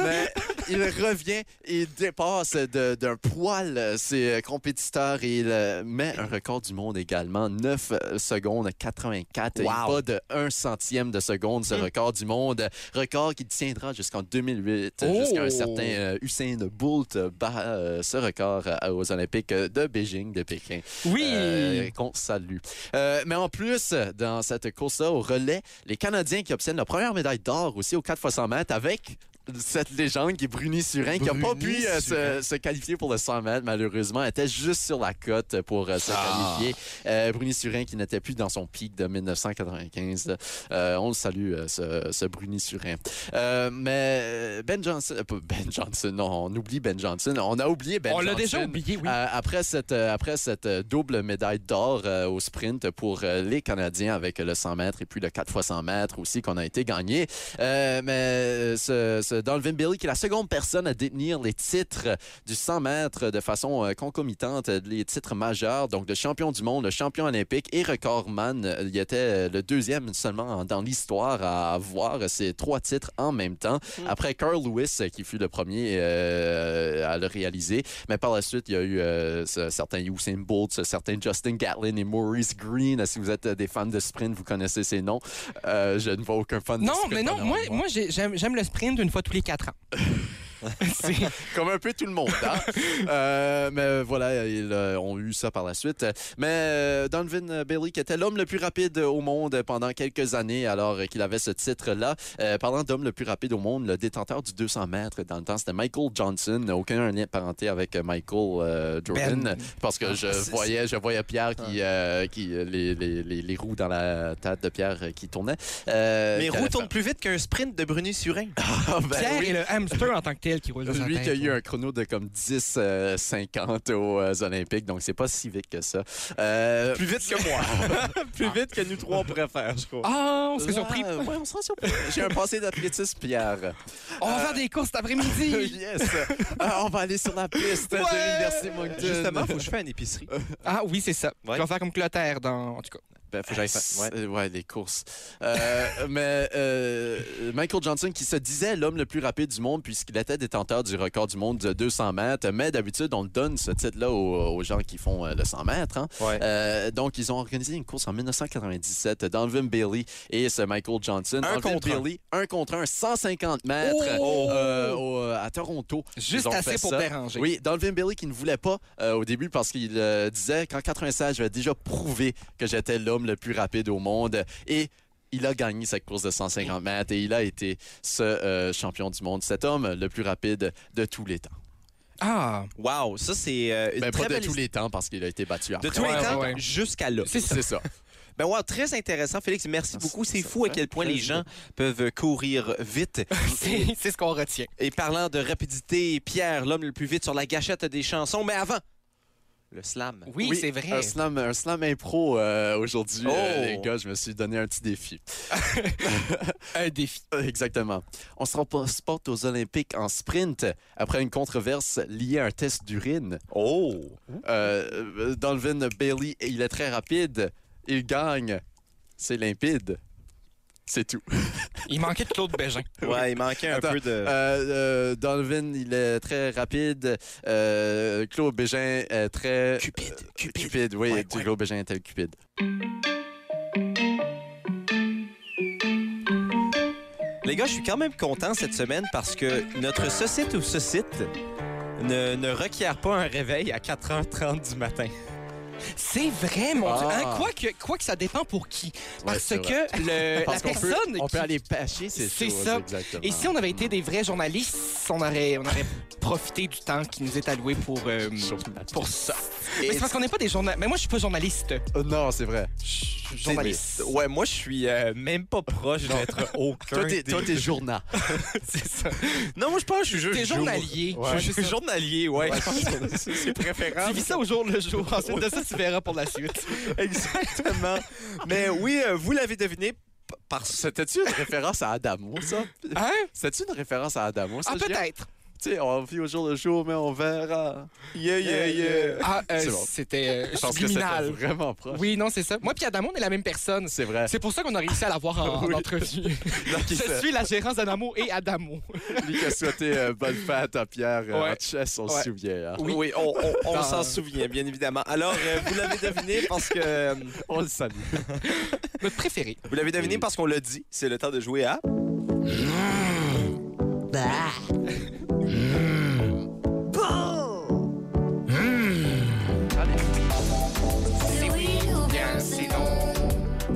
Speaker 3: Mais il revient et il dépasse de- d'un poil euh, ses euh, compétiteurs et il euh, met un record du monde également. 9 euh, secondes 84. Il
Speaker 6: Wow.
Speaker 3: bat de 1 centième de seconde ce record du monde. Record qui tiendra jusqu'en 2008,
Speaker 4: Oh.
Speaker 3: jusqu'à un certain euh, Usain Bolt euh, bat euh, ce record euh, aux Olympiques de Beijing, de Pékin.
Speaker 4: *laughs* Oui.
Speaker 3: Euh, qu'on salue. Euh, mais en plus, dans cette course-là au relais, les Canadiens qui obtiennent la première médaille d'or aussi aux 4 x 100 mètres avec cette légende qui est Bruni Surin, qui n'a pas
Speaker 6: Bruni
Speaker 3: pu euh,
Speaker 6: Surin.
Speaker 3: se, se qualifier pour le 100 mètres, malheureusement, Elle était juste sur la cote pour euh, se
Speaker 4: Ah.
Speaker 3: qualifier. Euh, Bruni Surin qui n'était plus dans son pic de 1995. Euh, on le salue, euh, ce, ce Bruni Surin. Euh, mais Ben Johnson, euh, pas Ben Johnson, non, on oublie Ben Johnson. On a oublié Ben
Speaker 4: On
Speaker 3: Johnson.
Speaker 4: l'a déjà oublié, oui.
Speaker 3: Euh, après cette, euh, après cette euh, double médaille d'or euh, au sprint pour euh, les Canadiens avec euh, le 100 mètres et puis le 4 x 100 mètres aussi qu'on a été gagné. Euh, mais euh, ce, ce Donovan Bailey, qui est la seconde personne à détenir les titres du 100 mètres de façon euh, concomitante, euh, les titres majeurs, donc de champion du monde, de champion olympique et recordman, Euh, il était euh, le deuxième seulement en- dans l'histoire à avoir ces trois titres en même temps.
Speaker 4: Mm-hmm.
Speaker 3: Après Carl Lewis, euh, qui fut le premier euh, à le réaliser, mais par la suite, il y a eu euh, ce- certains Usain Bolt, ce- certains Justin Gatlin et Maurice Green. Si vous êtes euh, des fans de sprint, vous connaissez ces noms. Euh, je ne vois aucun fan de
Speaker 4: Non,
Speaker 3: sprint.
Speaker 4: mais non,
Speaker 3: en
Speaker 4: moi,
Speaker 3: avant de
Speaker 4: moi j'ai- j'aime j'aime le sprint une fois tous les quatre ans. C'est-
Speaker 3: comme un peu tout le monde. hein. Euh, mais voilà, ils euh, ont eu ça par la suite. Mais euh, Donovan Bailey, qui était l'homme le plus rapide au monde pendant quelques années, alors euh, qu'il avait ce titre-là, euh, parlant d'homme le plus rapide au monde, le détenteur du 200 mètres dans le temps, c'était Michael Johnson. Aucun lien de parenté avec Michael euh, Jordan,
Speaker 1: Ben.
Speaker 4: Ben
Speaker 3: parce que
Speaker 1: Ah,
Speaker 3: je voyais, je voyais Pierre qui, euh, qui euh, les, les- les- les roues dans la tête de Pierre euh, qui tournaient. Euh,
Speaker 1: Mes
Speaker 3: qui
Speaker 1: roues
Speaker 3: allait *laughs*
Speaker 1: tournent plus vite qu'un sprint de Bruni Surin.
Speaker 3: faire- Ben
Speaker 4: Pierre
Speaker 3: oui.
Speaker 4: et le hamster en tant que tel qui roule dans sa
Speaker 3: Lui qui a
Speaker 4: tête.
Speaker 3: eu un chrono de comme 10 euh, 50 aux euh, Olympiques, donc c'est pas si vite que ça. Euh,
Speaker 1: Plus vite que moi. *laughs* plus vite que nous trois on pourrait faire, je crois.
Speaker 4: Ah, on serait
Speaker 3: là,
Speaker 4: surpris.
Speaker 3: euh, ouais, on sera surpris. J'ai un passé d'athlétisme, Pierre.
Speaker 4: On va faire des courses cet
Speaker 3: *laughs*
Speaker 4: après-midi.
Speaker 3: yes. Euh, on va aller sur la piste
Speaker 4: Ouais.
Speaker 3: de l'Université Moncton.
Speaker 1: Ah, Justement, faut que je fasse une épicerie.
Speaker 4: Ah oui, c'est ça.
Speaker 1: Ouais.
Speaker 4: On va faire comme Clotaire dans. En tout cas.
Speaker 3: Ben, faut que j'aille faire-
Speaker 1: Ouais.
Speaker 3: euh, ouais, les courses. Euh, mais euh, Michael Johnson, qui se disait l'homme le plus rapide du monde, puisqu'il était détenteur du record du monde de 200 mètres, mais d'habitude, on le donne ce titre-là aux, aux gens qui font euh, le 100 mètres. hein.
Speaker 1: Ouais.
Speaker 3: Euh, donc, ils ont organisé une course en 1997. Donovan Bailey et ce Michael Johnson.
Speaker 1: Un
Speaker 3: Donovan
Speaker 1: contre un.
Speaker 3: Bailey, un contre un, 150 mètres
Speaker 4: Oh!
Speaker 3: euh, au- à Toronto.
Speaker 4: Juste
Speaker 3: Ils ont
Speaker 4: assez
Speaker 3: fait
Speaker 4: pour
Speaker 3: ça.
Speaker 4: déranger.
Speaker 3: Oui, Donovan Bailey qui ne voulait pas euh, au début parce qu'il euh, disait qu'en 96, j'avais déjà prouvé que j'étais l'homme le plus rapide au monde. Et il a gagné cette course de 150 mètres et il a été ce euh, champion du monde, cet homme le plus rapide de tous les temps.
Speaker 4: Ah,
Speaker 1: Wow, ça c'est euh, une
Speaker 3: Ben,
Speaker 1: très
Speaker 3: pas de
Speaker 1: belle
Speaker 3: tous les temps parce qu'il a été battu
Speaker 1: De
Speaker 3: après.
Speaker 1: tous
Speaker 4: Ouais,
Speaker 1: les temps
Speaker 4: ouais, ouais.
Speaker 1: jusqu'à là.
Speaker 4: c'est ça.
Speaker 3: C'est ça.
Speaker 1: Ben wow, très intéressant, Félix. Merci beaucoup. Ah, C'est fou à quel point les gens peuvent courir *laughs* vite.
Speaker 4: C'est c'est ce qu'on retient.
Speaker 1: Et parlant de rapidité, Pierre, l'homme le plus vite sur la gâchette des chansons. Mais avant, le slam.
Speaker 4: Oui, c'est vrai.
Speaker 3: Un slam, un slam impro euh, aujourd'hui, euh,
Speaker 1: Oh.
Speaker 3: les gars. Je me suis donné un petit défi. *laughs*
Speaker 4: Un défi.
Speaker 3: Exactement. On se transporte aux Olympiques en sprint après une controverse liée à un test d'urine.
Speaker 1: Oh!
Speaker 3: Euh, Donovan Bailey, il est très rapide. Il gagne. C'est limpide. C'est tout.
Speaker 4: Il manquait de Claude Bégin.
Speaker 1: Ouais, il manquait un
Speaker 3: Attends,
Speaker 1: peu de.
Speaker 3: Euh, euh, Donovan, il est très rapide. Euh, Claude Bégin est très...
Speaker 1: Cupide, Cupide.
Speaker 3: Cupide, oui.
Speaker 1: Ouais, ouais.
Speaker 3: Claude Bégin était cupide.
Speaker 1: Les gars, je suis quand même content cette semaine parce que notre socite ou socite ne, ne requiert pas un réveil à 4h30 du matin.
Speaker 4: C'est vrai, mon Dieu.
Speaker 3: Ah.
Speaker 4: Hein, quoi, que, quoi que ça dépend pour qui.
Speaker 1: Ah,
Speaker 4: Parce
Speaker 3: c'est vrai.
Speaker 4: que le,
Speaker 3: *laughs*
Speaker 4: la
Speaker 3: Parce qu'on peut-
Speaker 4: personne.
Speaker 3: on peut
Speaker 4: qui-
Speaker 3: aller pêcher ces
Speaker 4: C'est
Speaker 3: choses,
Speaker 4: ça.
Speaker 3: exactement.
Speaker 4: Et si on avait été des vrais journalistes, on aurait, on aurait profité du temps qui nous est alloué pour, euh, pour ça. Mais c'est parce qu'on n'est pas des journalistes. Mais moi, je suis pas journaliste.
Speaker 3: Euh, Non, c'est vrai.
Speaker 4: Journaliste.
Speaker 1: Ouais, moi, je suis euh, même pas proche *laughs* d'être aucun.
Speaker 3: Toi, t'es,
Speaker 1: des-
Speaker 3: toi, t'es journal. *laughs*
Speaker 4: C'est ça.
Speaker 1: Non, moi, je pense que je suis juste
Speaker 4: T'es
Speaker 1: jour-
Speaker 4: journalier.
Speaker 1: Je suis juste journalier, ouais.
Speaker 4: *laughs*
Speaker 1: C'est préférable.
Speaker 4: Tu vis ça au jour le jour. Ensuite de ça, tu verras pour la
Speaker 3: *laughs*
Speaker 4: suite.
Speaker 1: *laughs* Exactement. Mais oui, euh, vous l'avez deviné. p- Par...
Speaker 3: C'était-tu une référence à Adamo, ça?
Speaker 4: Hein?
Speaker 3: Ah, C'était-tu une référence à Adamo, ça?
Speaker 4: Ah,
Speaker 3: Julien?
Speaker 4: peut-être.
Speaker 3: tu sais, on vit au jour le jour, mais on verra.
Speaker 1: Yeah, yeah, yeah.
Speaker 4: Ah, euh,
Speaker 3: C'est bon.
Speaker 4: c'était euh,
Speaker 3: Je pense que c'était
Speaker 4: subliminal.
Speaker 3: vraiment proche.
Speaker 4: Oui, non, c'est ça. Moi, puis Adamo, on est la même personne.
Speaker 3: C'est vrai.
Speaker 4: C'est pour ça qu'on a réussi à l'avoir
Speaker 1: *laughs*
Speaker 4: en, en
Speaker 3: Oui.
Speaker 4: entrevue. *laughs*
Speaker 3: Donc, il
Speaker 4: Je
Speaker 3: se-
Speaker 4: suis la gérance d'Adamo et Adamo.
Speaker 3: Lui qui a souhaité euh, bonne fête à Pierre euh,
Speaker 4: Ouais.
Speaker 3: en chess, on
Speaker 4: Ouais.
Speaker 3: se souvient. hein.
Speaker 1: Oui, on, on- on
Speaker 4: Dans-
Speaker 1: s'en souvient, bien évidemment. Alors, euh, vous l'avez deviné parce que. euh,
Speaker 3: On le salue.
Speaker 4: Notre préféré.
Speaker 1: Vous l'avez deviné parce qu'on l'a dit. C'est le temps de jouer à.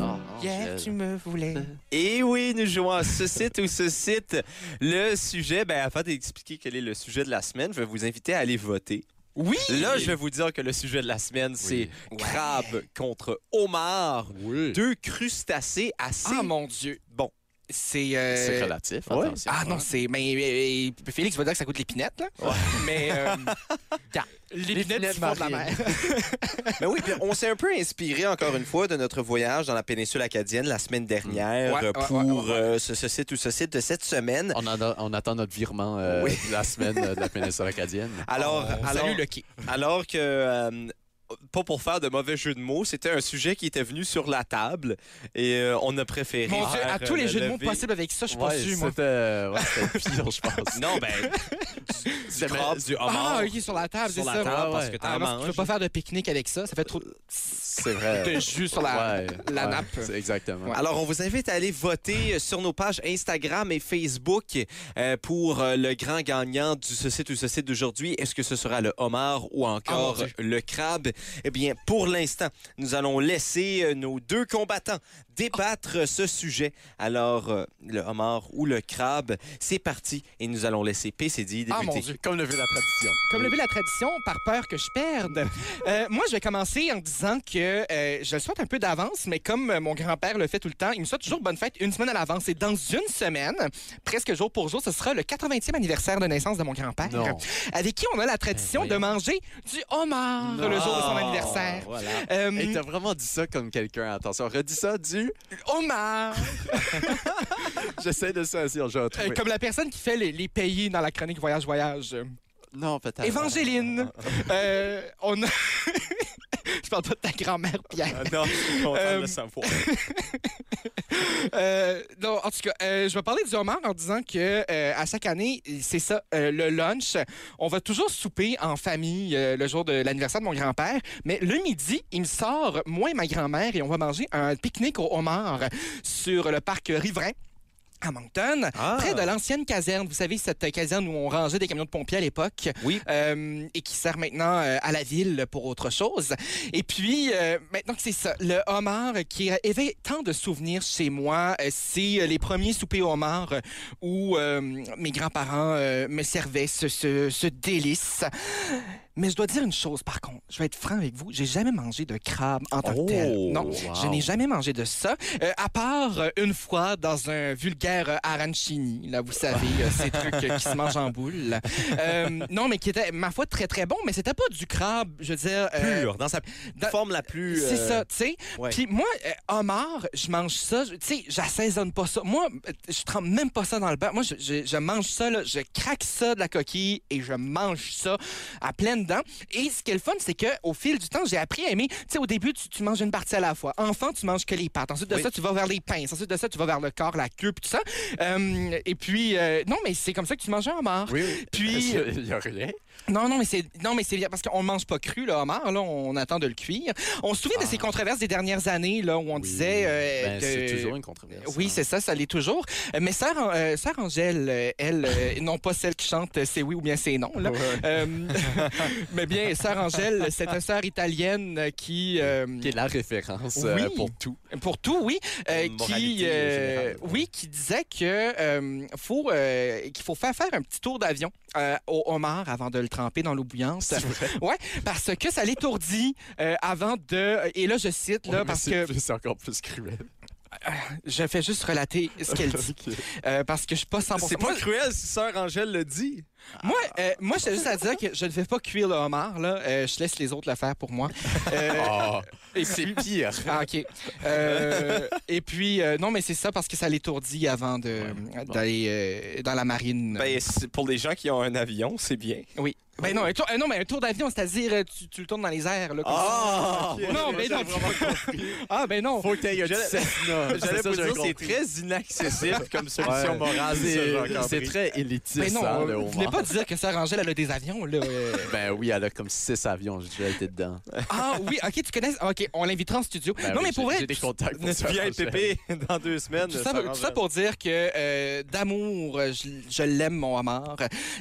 Speaker 3: Ah, Angèle.
Speaker 4: me voulais.
Speaker 1: Et oui, nous jouons à ce site ou ce site. Le sujet, ben, avant d'expliquer quel est le sujet de la semaine, je vais vous inviter à aller voter.
Speaker 4: Oui!
Speaker 1: Là, je vais vous dire que le sujet de la semaine, c'est crabe contre homard.
Speaker 3: Oui.
Speaker 1: Deux crustacés assez
Speaker 4: Ah, mon Dieu.
Speaker 1: Bon.
Speaker 4: C'est... euh,
Speaker 3: C'est relatif,
Speaker 1: ouais.
Speaker 3: attention.
Speaker 4: Ah non, c'est... Mais euh, euh, Félix va dire que ça coûte l'épinette, là. Mais...
Speaker 3: *laughs*
Speaker 4: euh, tiens, L'épinette du fond de la mer.
Speaker 1: Mais oui, puis on s'est un peu inspiré encore une fois de notre voyage dans la péninsule acadienne la semaine dernière
Speaker 4: Ouais,
Speaker 1: euh,
Speaker 4: ouais,
Speaker 1: pour
Speaker 4: ouais, ouais, ouais.
Speaker 1: euh, ce, ce site ou ce site de cette
Speaker 4: *laughs*
Speaker 1: semaine.
Speaker 3: On, en a- on attend notre virement euh,
Speaker 1: Oui.
Speaker 3: de la semaine euh, de la péninsule acadienne.
Speaker 1: *laughs* Alors, alors,
Speaker 4: Oh, Salut, Lucky.
Speaker 1: alors que, euh, pas pour faire de mauvais jeu de mots, c'était un sujet qui était venu sur la table et euh, on a préféré.
Speaker 4: Mon Dieu,
Speaker 1: faire,
Speaker 4: à tous
Speaker 1: euh,
Speaker 4: les
Speaker 1: le
Speaker 4: jeux de mots
Speaker 1: lever.
Speaker 4: possibles avec ça, *laughs* je suis pas
Speaker 3: Ouais,
Speaker 4: sûr, moi.
Speaker 3: c'était euh, ouais, c'était pire, je pense.
Speaker 1: Non,
Speaker 4: *laughs*
Speaker 1: ben, du
Speaker 3: Jamais-
Speaker 1: crabe, du homard.
Speaker 4: Ah, ok, sur la table, c'est
Speaker 1: sur
Speaker 4: ça.
Speaker 1: la table
Speaker 3: ouais.
Speaker 1: parce que t'en
Speaker 4: Ah, non, tu
Speaker 1: manges.
Speaker 4: peux pas faire de pique-nique avec ça, ça fait trop
Speaker 3: C'est vrai.
Speaker 4: de jus sur la,
Speaker 3: Ouais,
Speaker 4: la
Speaker 3: ouais,
Speaker 4: nappe.
Speaker 3: c'est Exactement.
Speaker 4: Ouais.
Speaker 1: Alors, on vous invite à aller voter sur nos pages Instagram et Facebook euh, pour euh, le grand gagnant du ce site ou ce site d'aujourd'hui. Est-ce que ce sera le homard ou encore
Speaker 4: Ah, mon Dieu.
Speaker 1: le crabe? Eh bien, pour l'instant, nous allons laisser euh, nos deux combattants débattre euh, ce sujet. Alors, euh, le homard ou le crabe, c'est parti et nous allons laisser PCD débuter.
Speaker 4: Ah, mon Dieu.
Speaker 3: Comme le veut la tradition.
Speaker 4: Comme le veut la tradition, par peur que je
Speaker 3: *laughs*
Speaker 4: perde. Euh, moi, je vais commencer en disant que euh, je le souhaite un peu d'avance, mais comme euh, mon grand-père le fait tout le temps, il me souhaite toujours bonne fête une semaine à l'avance. Et dans une semaine, presque jour pour jour, ce sera le 80e anniversaire de naissance de mon grand-père,
Speaker 3: Non.
Speaker 4: avec qui on a la tradition de manger du homard
Speaker 1: Ah.
Speaker 4: le jour de son
Speaker 3: Non.
Speaker 4: anniversaire.
Speaker 3: Voilà.
Speaker 4: Euh,
Speaker 3: Et t'as vraiment dit ça comme quelqu'un. Attention, redis ça du.
Speaker 4: homard!
Speaker 3: J'essaie de ça aussi, je vais
Speaker 4: Euh,
Speaker 3: retrouver.
Speaker 4: Comme la personne qui fait les, les pays dans la chronique Voyage-Voyage.
Speaker 3: Non, peut-être. *laughs*
Speaker 4: Évangéline! Euh, on a... *laughs* Je parle pas de ta grand-mère, Pierre.
Speaker 1: Ah, non, je suis content de
Speaker 4: Euh,
Speaker 1: le savoir.
Speaker 4: Euh, non, en tout cas, euh, je vais parler du homard en disant que euh, à chaque année, c'est ça, euh, le lunch. On va toujours souper en famille euh, le jour de l'anniversaire de mon grand-père, mais le midi, il me sort, moi et ma grand-mère, et on va manger un pique-nique au homard sur le parc riverain. À Moncton, près de l'ancienne caserne. Vous savez, cette euh, caserne où on rangeait des camions de pompiers à l'époque.
Speaker 1: Oui.
Speaker 4: Euh, et qui sert maintenant euh, à la ville pour autre chose. Et puis, euh, maintenant que c'est ça, le homard qui éveille tant de souvenirs chez moi, euh, c'est euh, les premiers soupers au homard euh, où euh, mes grands-parents euh, me servaient ce, ce- ce délice. Mais je dois dire une chose, par contre, je vais être franc avec vous, j'ai jamais mangé de crabe en tant que tel. Non, je n'ai jamais mangé de ça, euh, à part euh, une fois dans un vulgaire euh, arancini, là, vous savez, euh, ces trucs euh, qui se mangent en boule. Euh, non, mais qui était, ma foi, très, très bon, mais c'était pas du crabe, je veux dire... euh,
Speaker 1: Pur, dans sa
Speaker 4: dans-
Speaker 1: forme la plus.
Speaker 4: c'est
Speaker 1: euh,
Speaker 4: ça, tu sais.
Speaker 1: ouais.
Speaker 4: Puis moi, euh, homard, je mange ça, je- tu sais, j'assaisonne pas ça. Moi, euh, je trempe même pas ça dans le bain. Moi, je, je- je mange ça, là, je craque ça de la coquille et je mange ça à pleines dents. Et ce qui est le fun, c'est que au fil du temps, j'ai appris à aimer. Tu sais, au début, tu, tu manges une partie à la fois. Enfant, tu manges que les pattes. Ensuite de
Speaker 1: Oui.
Speaker 4: ça, tu vas vers les pinces. Ensuite de ça, tu vas vers le corps, la queue, puis tout ça. Euh, et puis, euh, non, mais c'est comme ça que tu manges un homard.
Speaker 3: Oui, oui.
Speaker 4: Puis-
Speaker 3: Il n'y a rien.
Speaker 4: Non, non, mais c'est non, mais c'est bien, parce qu'on ne mange pas cru le homard, là, on attend de le cuire. On se souvient de ces controverses des dernières années, là, où on disait. euh,
Speaker 3: Ah. Ben,
Speaker 4: de-
Speaker 3: C'est toujours une controverse. hein.
Speaker 4: Oui, c'est ça, ça l'est toujours. Euh, Mais sœur, An- euh, sœur Angèle, euh, elle, euh, non pas celle qui chante euh, c'est oui ou bien c'est non, là. Euh, *laughs* mais bien, sœur Angèle, c'est une sœur italienne euh, qui, euh,
Speaker 3: Qui est la référence euh,
Speaker 4: Oui.
Speaker 3: pour tout.
Speaker 4: pour tout, oui, euh, qui,
Speaker 1: Moralité,
Speaker 4: euh,
Speaker 1: générale, ouais.
Speaker 4: oui, qui disait que euh, faut euh, qu'il faut faire faire un petit tour d'avion euh, au homard avant de le tremper dans l'eau bouillante. *laughs* Ouais, parce que ça l'étourdit euh, avant de et là je cite là
Speaker 3: Ouais, mais
Speaker 4: parce
Speaker 3: c'est
Speaker 4: que
Speaker 3: plus- C'est encore plus cruel.
Speaker 4: je fais juste relater ce qu'elle dit
Speaker 3: Ok.
Speaker 4: euh, parce que je suis pas 100%
Speaker 1: C'est pas
Speaker 4: Moi,
Speaker 1: cruel si Sœur Angèle le dit.
Speaker 4: Moi, euh, moi, j'ai juste à dire que je ne fais pas cuire le homard, là. Euh, je laisse les autres le faire pour moi. Euh,
Speaker 3: Ah. *laughs* c'est pire.
Speaker 4: ah, OK. Euh, et puis, euh, non, mais c'est ça parce que ça l'étourdit avant de- d'aller euh, dans la marine.
Speaker 1: Ben, c'est- pour les gens qui ont un avion, c'est bien.
Speaker 4: oui. Ben non, un tour, euh, non, mais un tour d'avion, c'est-à-dire euh, tu, tu le tournes dans les airs. Là, comme
Speaker 3: Ah!
Speaker 4: ça. non, ben non. ah, ben non.
Speaker 3: Faut que t'aies un
Speaker 1: J'allais-
Speaker 3: *laughs* Cessna. C'est
Speaker 1: J'allais
Speaker 3: ça,
Speaker 1: vous
Speaker 3: j'avais
Speaker 1: dire, c'est
Speaker 3: compris.
Speaker 1: très inaccessible comme solution
Speaker 3: Ouais.
Speaker 1: morale. ça, j'ai
Speaker 3: C'est-
Speaker 1: compris.
Speaker 3: C'est très élitiste,
Speaker 4: Ben non,
Speaker 3: hein, le
Speaker 4: euh, vous voulez
Speaker 3: homard.
Speaker 4: pas dire que ça Rangel, elle a des avions,
Speaker 3: *laughs*
Speaker 4: là. euh.
Speaker 3: Ben oui, elle a comme six avions, j'ai déjà été dedans.
Speaker 4: ah oui, ok, tu connais. ah, Ok, on l'invitera en studio.
Speaker 3: Ben
Speaker 4: non,
Speaker 3: oui,
Speaker 4: mais pour
Speaker 3: j'ai-
Speaker 4: vrai,
Speaker 3: J'ai des contacts pour ça.
Speaker 1: Viens,
Speaker 3: *laughs*
Speaker 1: Pépé, dans deux semaines.
Speaker 4: Tout ça, tout ça pour dire que euh, d'amour, euh, je, je l'aime, mon homard,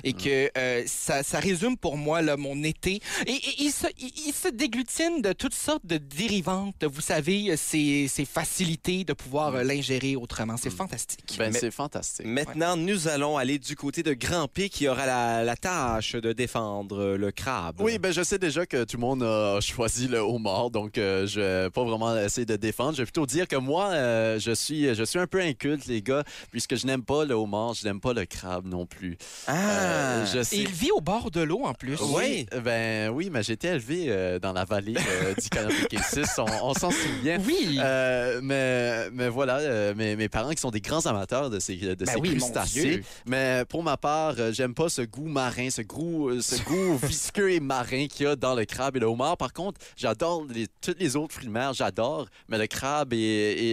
Speaker 4: et que euh, ça, ça résume pour moi là, mon été. Et, et il, se, il, il se déglutine de toutes sortes de dérivantes, vous savez, euh, ces, ces facilités de pouvoir euh, l'ingérer autrement. C'est fantastique.
Speaker 3: Ben
Speaker 1: Mais-
Speaker 3: c'est fantastique.
Speaker 1: Maintenant, nous allons aller du côté de Grand P qui aura la, la tâche de défendre euh, le crabe.
Speaker 3: Oui, ben je sais déjà que tout le monde a choisi le homard, donc euh, je vais pas vraiment essayer de défendre. Je vais plutôt dire que moi, euh, je suis, je suis un peu inculte, les gars, puisque je n'aime pas le homard, je n'aime pas le crabe non plus.
Speaker 1: Ah,
Speaker 3: Euh, je
Speaker 4: Et
Speaker 3: sais.
Speaker 4: il vit au bord de l'eau en plus.
Speaker 3: Ben oui, mais j'étais élevé euh, dans la vallée
Speaker 4: *laughs*
Speaker 3: euh, du Canapé-K6, on, on s'en souvient.
Speaker 4: Oui.
Speaker 3: Euh, mais, mais voilà, euh, mes, mes parents qui sont des grands amateurs de ces, de
Speaker 4: Ben
Speaker 3: ces
Speaker 4: oui, mon
Speaker 3: crustacés.
Speaker 4: Dieu.
Speaker 3: Mais pour ma part, euh, j'aime pas ce goût marin, ce goût, euh, ce
Speaker 4: *laughs*
Speaker 3: goût visqueux et marin qu'il y a dans le crabe et le homard. Par contre, j'adore les, toutes les autres fruits de mer, j'adore. Mais le crabe et,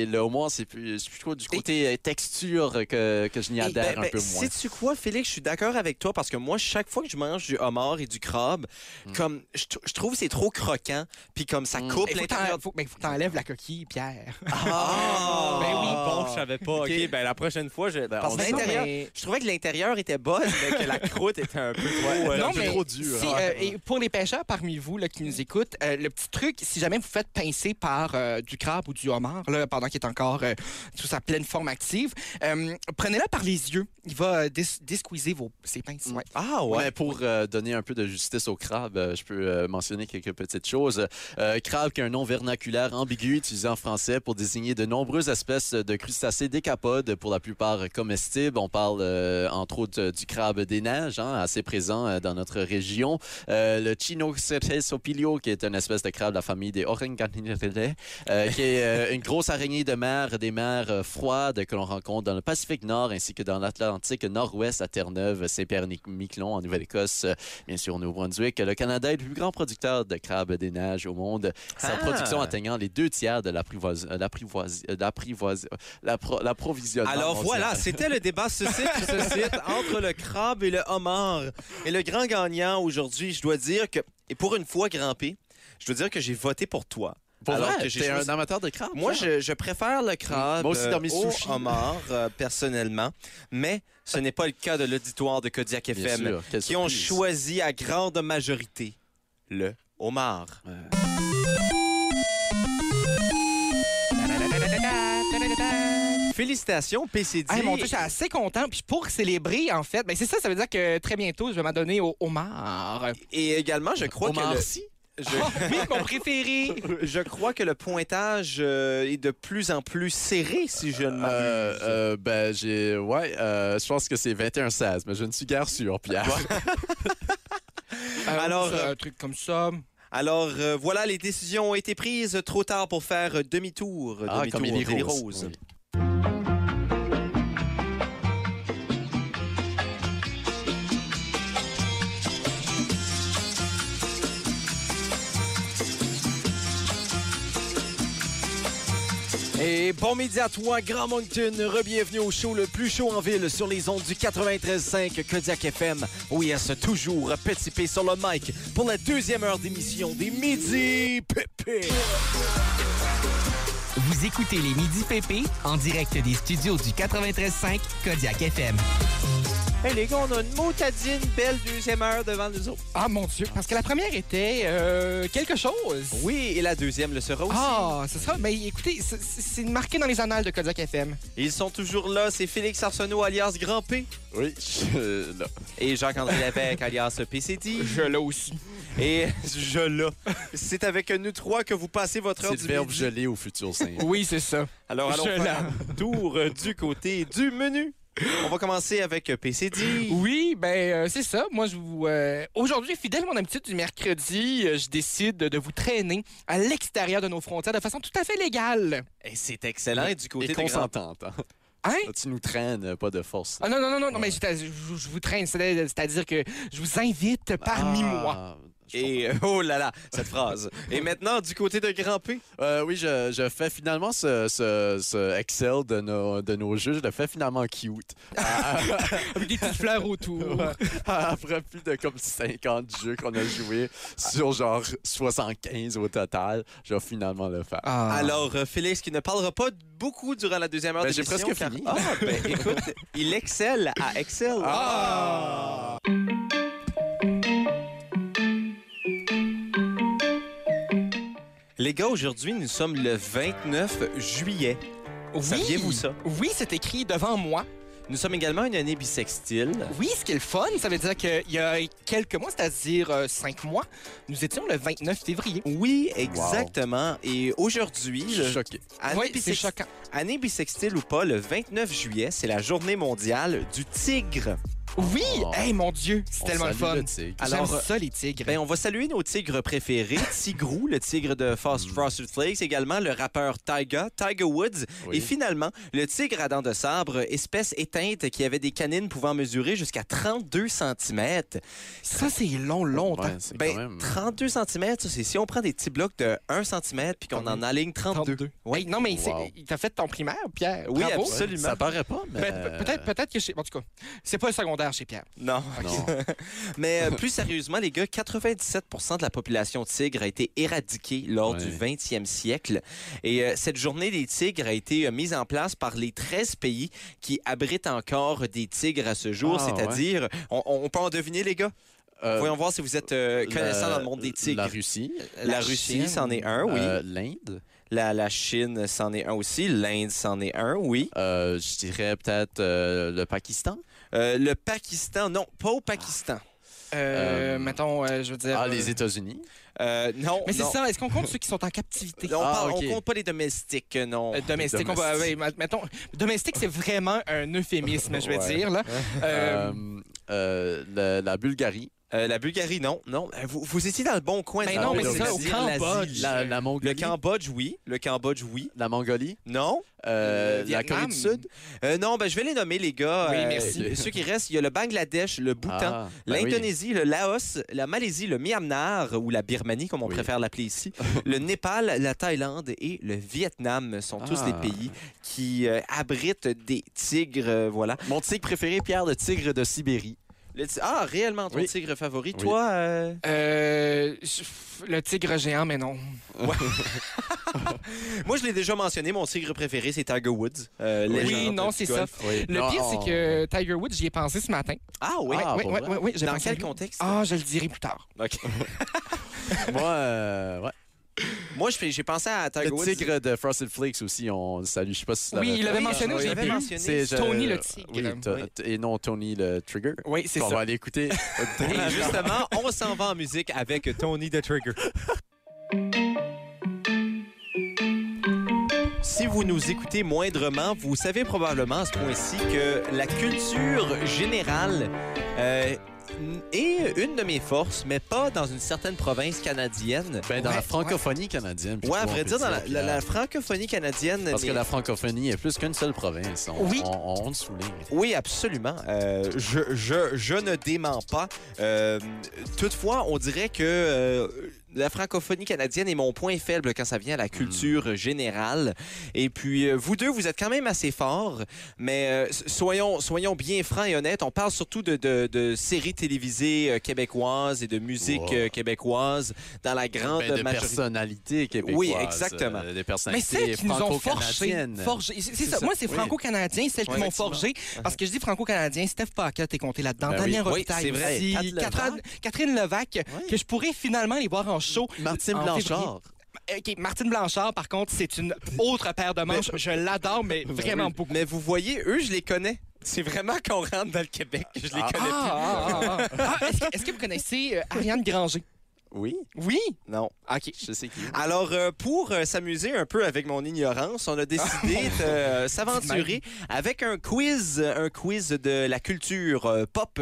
Speaker 3: et le homard, c'est plus, c'est plutôt du côté euh, texture que, que je
Speaker 4: Eh
Speaker 3: n'y
Speaker 1: Et
Speaker 3: adhère
Speaker 1: ben,
Speaker 3: un
Speaker 1: ben,
Speaker 3: peu moins.
Speaker 1: Sais-tu quoi, Félix? Je suis d'accord avec toi parce que moi, chaque fois que je mange du homard et du crabe, comme je, tr- je trouve que c'est trop croquant, puis comme ça
Speaker 3: Mm.
Speaker 1: coupe
Speaker 4: Il faut
Speaker 1: l'intérieur.
Speaker 4: t'en- faut- ben, faut que t'enlèves la coquille, Pierre.
Speaker 1: Ah!
Speaker 4: Ben oui.
Speaker 1: bon, je savais pas. OK, ben la prochaine fois, je... Parce que
Speaker 4: Ben non,
Speaker 1: l'intérieur...
Speaker 4: mais-
Speaker 1: Je trouvais que l'intérieur était bon, mais que la croûte était un peu trop... euh,
Speaker 4: Non, mais
Speaker 3: trop dur,
Speaker 4: si,
Speaker 3: hein.
Speaker 4: euh, et pour les pêcheurs parmi vous là, qui nous écoutent, euh, le petit truc, si jamais vous faites pincer par euh, du crabe ou du homard là, pendant qu'il est encore euh, sous sa pleine forme active, euh, prenez-le par les yeux. Il va dés désqueezer vos, ses pinces. ouais.
Speaker 1: Ah
Speaker 3: Mais pour euh, donner un peu de justice au crabe, euh, je peux euh, mentionner quelques petites choses. Euh, crabe, qui est un nom vernaculaire ambigu utilisé en français pour désigner de nombreuses espèces de crustacés décapodes, pour la plupart comestibles. On parle euh, entre autres euh, du crabe des neiges, hein, assez présent euh, dans notre région. Euh, le Chinoceresopilio, qui est une espèce de crabe de la famille des Oranganidae, euh, qui est euh, une grosse araignée de mer, des mers euh, froides que l'on rencontre dans le Pacifique Nord ainsi que dans l'Atlantique Nord-Ouest à Terre-Neuve, Saint-Pierre-Miquelon, en Nouvelle-Écosse, euh, bien sûr au Nouveau-Brunswick. Le Canada est le plus grand producteur de crabes des neiges au monde, sa
Speaker 1: Ah.
Speaker 3: production atteignant les deux tiers de l'apprivois- euh, l'apprivois- euh, l'apprivois- euh, l'appro- l'approvisionnement.
Speaker 1: Alors
Speaker 3: mondial.
Speaker 1: voilà, c'était le débat suscite suscite entre le crabe et le homard. Et le grand gagnant aujourd'hui, je dois dire que, et pour une fois, Grand P, je dois dire que j'ai voté pour toi.
Speaker 3: Pour
Speaker 1: Alors
Speaker 3: vrai,
Speaker 1: que j'ai
Speaker 3: t'es
Speaker 1: choisi-
Speaker 3: un amateur de crabes.
Speaker 1: Moi,
Speaker 3: toi?
Speaker 1: je, je préfère le crabe
Speaker 3: Ah, Moi aussi, dans
Speaker 1: euh,
Speaker 3: mes
Speaker 1: au
Speaker 3: sushis.
Speaker 1: homard, euh, personnellement, mais ce n'est pas le cas de l'auditoire de Kodiak
Speaker 3: Bien
Speaker 1: FM,
Speaker 3: sûr, quelle
Speaker 1: qui ont
Speaker 3: surprise.
Speaker 1: choisi à grande majorité le homard. Félicitations, PCD.
Speaker 4: Hey, mon Dieu, je suis assez content. Puis pour célébrer, en fait, ben c'est ça, ça veut dire que très bientôt, je vais m'adonner au homard.
Speaker 1: Et également, je crois
Speaker 3: Homard
Speaker 1: que... le-
Speaker 3: si?
Speaker 1: je- *laughs*
Speaker 4: Oh, oui, mon préféré.
Speaker 1: Je crois que le pointage euh, est de plus en plus serré, si je ne m'abuse.
Speaker 3: Euh, euh, ben, j'ai. Ouais, euh, je pense que c'est 21-16, mais je ne suis guère sûr, Pierre.
Speaker 4: Euh,
Speaker 1: Alors,
Speaker 4: ça, un truc comme ça.
Speaker 1: Alors euh, voilà, les décisions ont été prises trop tard pour faire euh, demi-tour.
Speaker 3: Ah,
Speaker 1: demi-tour,
Speaker 3: comme Élie
Speaker 1: Élie
Speaker 3: Rose.
Speaker 1: Rose.
Speaker 3: Oui.
Speaker 6: Et bon midi à toi, Grand Moncton. Rebienvenue au show le plus chaud en ville sur les ondes du 93.5 Kodiak FM. Oui, yes, toujours Petit P sur le mic pour la deuxième heure d'émission des Midi Pépé.
Speaker 2: Vous écoutez les Midi PP en direct des studios du 93.5 Kodiak FM.
Speaker 1: Hey, les gars, on a une motadine belle deuxième heure devant nous autres.
Speaker 4: Ah, mon Dieu. Parce que la première était euh, quelque chose.
Speaker 1: Oui, et la deuxième le sera aussi.
Speaker 4: Ah, ce sera. Mais écoutez, c'est- c'est c'est marqué dans les annales de Kodiak FM.
Speaker 1: Ils sont toujours là, c'est Félix Arsenault alias Grand P
Speaker 3: Oui, je- là.
Speaker 1: et *laughs* Jacques-André Lévesque alias PCD.
Speaker 4: l'ai aussi.
Speaker 1: Et je là. C'est avec nous trois que vous passez votre heure
Speaker 3: c'est
Speaker 1: du
Speaker 3: le verbe
Speaker 1: midi.
Speaker 3: gelé au futur simple.
Speaker 4: Oui, c'est ça.
Speaker 1: Alors allons
Speaker 4: Je
Speaker 1: faire un tour euh, du côté du menu. On va commencer avec PCD.
Speaker 4: Oui, ben euh, c'est ça. Moi, je vous euh, aujourd'hui, fidèle à mon habitude du mercredi, euh, je décide de vous traîner à l'extérieur de nos frontières de façon tout à fait légale.
Speaker 1: Et c'est excellent. Et du côté
Speaker 3: Et
Speaker 1: des grands-
Speaker 3: consentante. hein.
Speaker 4: Hein?
Speaker 3: Tu nous traînes, pas de force.
Speaker 4: Ah non, non, non, non, non, mais j'étais- je, je- je vous traîne, c'est- c'est-à-dire que je vous invite parmi
Speaker 3: Ah,
Speaker 4: moi.
Speaker 3: je comprends.
Speaker 1: Et oh là là, cette phrase. Et maintenant, du côté de Grand P.
Speaker 3: Euh, oui, je, je fais finalement ce, ce- ce Excel de nos, de nos jeux, je le fais finalement cute.
Speaker 4: Avec des petites fleurs
Speaker 3: *laughs*
Speaker 4: autour.
Speaker 3: Après plus de comme 50 jeux qu'on a joués sur genre 75 au total, je vais finalement le faire.
Speaker 4: Ah.
Speaker 1: Alors, euh, Félix, qui ne parlera pas beaucoup durant la deuxième heure
Speaker 3: Ben,
Speaker 1: de
Speaker 3: j'ai
Speaker 1: l'émission,
Speaker 3: presque
Speaker 1: car-
Speaker 3: fini.
Speaker 1: Ah, ben écoute, il excelle à Excel.
Speaker 3: Ah!
Speaker 1: Les gars, aujourd'hui, nous sommes le 29 juillet.
Speaker 4: oui,
Speaker 1: saviez-vous ça?
Speaker 4: Oui, c'est écrit devant moi.
Speaker 1: Nous sommes également une année bissextile.
Speaker 4: Oui, ce qui est le fun, ça veut dire qu'il y a quelques mois, c'est-à-dire euh, cinq mois, nous étions le 29 février.
Speaker 1: Oui, exactement. Et aujourd'hui,
Speaker 3: Je suis
Speaker 1: le-
Speaker 3: choqué.
Speaker 1: année,
Speaker 4: oui, Ah, c'est
Speaker 1: bisex-
Speaker 4: choquant.
Speaker 1: année bissextile ou pas, le 29 juillet, c'est la journée mondiale du tigre.
Speaker 4: Oui,
Speaker 3: Oh.
Speaker 4: hey mon Dieu, c'est
Speaker 3: On
Speaker 4: tellement le
Speaker 3: salue
Speaker 4: fun.
Speaker 3: le tigre.
Speaker 4: Alors,
Speaker 1: Alors, euh,
Speaker 4: ça, les tigres.
Speaker 1: Ben, on va saluer nos tigres
Speaker 4: *laughs*
Speaker 1: préférés. Tigrou, le tigre de
Speaker 4: Mm.
Speaker 1: Fast Frosted Flakes, également le rappeur Tyga, Tiger Woods,
Speaker 3: Oui.
Speaker 1: et finalement, le tigre à dents de sabre, espèce éteinte qui avait des canines pouvant mesurer jusqu'à 32 cm.
Speaker 4: ça, c'est long, longtemps.
Speaker 3: Ouais, c'est
Speaker 1: Ben,
Speaker 3: quand même- hein.
Speaker 1: 32 cm, c'est si on prend des petits blocs de 1 cm puis qu'on en aligne 32.
Speaker 4: Oui, non, mais c'est-
Speaker 3: Wow.
Speaker 4: t'as fait ton primaire, Pierre.
Speaker 1: Oui,
Speaker 4: Bravo.
Speaker 1: absolument.
Speaker 3: Ça paraît pas, mais... euh,
Speaker 4: Ben, pe- Peut-être peut-être que chez. En tout cas, c'est pas le secondaire chez Pierre.
Speaker 1: Non. *laughs*
Speaker 3: Non.
Speaker 1: Mais
Speaker 3: *laughs*
Speaker 1: euh, plus sérieusement, les gars, 97 de la population tigre a été éradiquée lors
Speaker 3: Ouais.
Speaker 1: du 20e siècle. Et euh, cette journée des tigres a été euh, mise en place par les 13 pays qui abritent encore des tigres à ce jour.
Speaker 3: Ah,
Speaker 1: C'est-à-dire, on, on peut en deviner, les gars?
Speaker 3: Euh,
Speaker 1: Voyons voir si vous êtes euh, connaissants
Speaker 3: la-
Speaker 1: dans le monde des tigres.
Speaker 3: La Russie,
Speaker 1: La,
Speaker 4: la Chine.
Speaker 1: Russie, c'en est un, oui.
Speaker 3: euh, l'Inde,
Speaker 1: La, la Chine, c'en est un aussi. L'Inde, c'en est un, oui.
Speaker 3: euh, je dirais peut-être euh, le Pakistan.
Speaker 1: Euh, le Pakistan, non, pas au Pakistan.
Speaker 4: Euh,
Speaker 3: Euh,
Speaker 4: mettons, euh, je veux dire.
Speaker 3: Ah,
Speaker 4: euh,
Speaker 3: les États-Unis.
Speaker 1: Euh, non,
Speaker 4: Mais c'est
Speaker 1: non.
Speaker 4: ça, est-ce qu'on compte ceux qui sont en captivité?
Speaker 1: Non, on,
Speaker 3: Ah,
Speaker 1: parle- on
Speaker 3: ok.
Speaker 1: compte pas les domestiques, euh, non.
Speaker 4: Euh, domestique, on va. ouais, mettons, domestique, c'est vraiment un euphémisme, je vais
Speaker 3: Ouais.
Speaker 4: dire. Là. Euh,
Speaker 3: Euh, euh, la, la Bulgarie,
Speaker 1: Euh, la Bulgarie, non, non. Euh, Vous, vous étiez dans le bon coin.
Speaker 4: Ben
Speaker 1: dans
Speaker 3: non,
Speaker 1: le
Speaker 3: mais
Speaker 1: bon
Speaker 3: c'est
Speaker 1: coin,
Speaker 3: ça, au
Speaker 1: c'est-à-dire l'Asie.
Speaker 4: Cambodge.
Speaker 1: La-
Speaker 3: la, la
Speaker 1: Le
Speaker 3: Mongolie,
Speaker 1: Cambodge, oui. Le Cambodge, oui.
Speaker 3: la Mongolie,
Speaker 1: Non.
Speaker 3: euh,
Speaker 4: Le
Speaker 3: la Corée
Speaker 4: Vietnam.
Speaker 3: du Sud.
Speaker 1: Euh, non, ben, je vais les nommer, les gars.
Speaker 4: Oui,
Speaker 1: Euh,
Speaker 4: merci.
Speaker 1: ceux qui restent, il y a le Bangladesh, le Bhoutan,
Speaker 3: Ah, ben oui.
Speaker 1: l'Indonésie, le Laos, la Malaisie, le Myanmar, ou la Birmanie, comme on
Speaker 3: Oui.
Speaker 1: préfère l'appeler
Speaker 3: *laughs*
Speaker 1: ici, le Népal, la Thaïlande et le Vietnam sont tous
Speaker 3: Ah.
Speaker 1: des pays qui euh, abritent des tigres. euh, voilà.
Speaker 3: Mon tigre préféré, Pierre, le tigre de Sibérie.
Speaker 1: Le ti- ah, réellement, ton
Speaker 3: Oui.
Speaker 1: tigre favori,
Speaker 3: Oui.
Speaker 1: toi euh,
Speaker 4: euh, le tigre géant, mais non.
Speaker 1: Moi, je l'ai déjà mentionné, mon tigre préféré, c'est Tiger Woods. euh,
Speaker 3: Oui,
Speaker 1: légende
Speaker 4: non,
Speaker 1: du
Speaker 4: c'est
Speaker 1: golf.
Speaker 4: ça.
Speaker 3: Oui.
Speaker 4: Le
Speaker 3: Non,
Speaker 4: pire,
Speaker 3: on-
Speaker 4: c'est que Tiger Woods, j'y ai pensé ce matin.
Speaker 1: Ah oui?
Speaker 3: Ah,
Speaker 4: oui,
Speaker 3: pour
Speaker 4: oui,
Speaker 3: vrai?
Speaker 4: oui, oui, j'ai
Speaker 1: Dans
Speaker 4: pensé à
Speaker 1: quel
Speaker 4: lui.
Speaker 1: contexte?
Speaker 4: Ah, je le dirai plus tard.
Speaker 1: OK.
Speaker 3: Moi, euh, ouais.
Speaker 1: Moi, je fais- j'ai pensé à Tiger Woods.
Speaker 3: le tigre de Frosted Flakes aussi, on le salue. Je sais pas si tu
Speaker 4: Oui,
Speaker 3: l'avais-
Speaker 4: il l'avait
Speaker 1: Oui,
Speaker 4: mentionné,
Speaker 1: oui,
Speaker 4: je
Speaker 1: il
Speaker 4: l'ai
Speaker 1: l'avait
Speaker 4: vu.
Speaker 1: mentionné.
Speaker 3: C'est je-
Speaker 4: Tony le tigre.
Speaker 3: Oui, to-
Speaker 1: Oui.
Speaker 3: t- et non Tony le Trigger.
Speaker 4: Oui, c'est
Speaker 3: On
Speaker 4: ça.
Speaker 3: va aller écouter.
Speaker 1: Et justement, on s'en va en musique avec Tony the Trigger. Si vous nous écoutez moindrement, vous savez probablement à ce point-ci que la culture générale euh, est une de mes forces, mais pas dans une certaine province canadienne.
Speaker 3: Ben, dans
Speaker 4: Ouais,
Speaker 3: la francophonie canadienne.
Speaker 1: Ouais, à vrai dire, dans la, la-
Speaker 3: francophonie.
Speaker 1: la francophonie canadienne.
Speaker 3: Parce que
Speaker 1: mais-
Speaker 3: la francophonie est plus qu'une seule province. On,
Speaker 4: Oui.
Speaker 3: On, on le souligne.
Speaker 1: Oui, absolument. Euh, je, je- je ne démens pas. Euh, toutefois, on dirait que euh, la francophonie canadienne est mon point faible quand ça vient à
Speaker 3: Hmm.
Speaker 1: la culture générale. Et puis, euh, vous deux, vous êtes quand même assez forts, mais euh, s- soyons, soyons bien francs et honnêtes. On parle surtout de, de- de séries télévisées euh, québécoises et de musique
Speaker 3: Wow.
Speaker 1: euh, québécoise dans la grande
Speaker 3: Ben, de
Speaker 1: majorité.
Speaker 3: personnalités québécoises.
Speaker 1: Oui, exactement.
Speaker 3: euh, des
Speaker 4: Mais
Speaker 3: personnalités
Speaker 4: celles qui nous ont forgés.
Speaker 3: franco-canadiennes.
Speaker 4: forgés. C'est c'est
Speaker 3: C'est
Speaker 4: ça.
Speaker 3: ça.
Speaker 4: Moi, c'est
Speaker 3: Oui.
Speaker 4: franco-canadien, celles qui
Speaker 1: Oui,
Speaker 4: m'ont
Speaker 1: effectivement.
Speaker 4: forgé. Parce que je dis franco-canadien, Steph Paquette est compté là-dedans,
Speaker 3: Ben oui.
Speaker 4: Damien
Speaker 1: Oui,
Speaker 4: Robitaille
Speaker 1: c'est vrai.
Speaker 4: aussi,
Speaker 3: Catherine
Speaker 4: Catherine, Catherine Levac, que je pourrais finalement les voir en show.
Speaker 3: *laughs* Martine
Speaker 4: En
Speaker 3: Blanchard.
Speaker 4: Ah,
Speaker 1: Ah,
Speaker 4: OK, Martine Blanchard, par contre, c'est une autre paire de manches. Je l'adore, mais vraiment beaucoup.
Speaker 1: Mais vous voyez, eux, je les connais. C'est vraiment qu'on rentre dans le Québec. que Je les
Speaker 3: Ah.
Speaker 1: connais.
Speaker 4: Ah, ah, ah, ah. Ah, est-ce que, est-ce que vous connaissez euh, Ariane Granger?
Speaker 1: Oui. Oui? Non. OK.
Speaker 3: Je sais qui.
Speaker 1: Alors, euh, pour euh, s'amuser un peu avec mon ignorance, on a décidé de *laughs* euh, s'aventurer avec un quiz, euh, un quiz de la culture euh, pop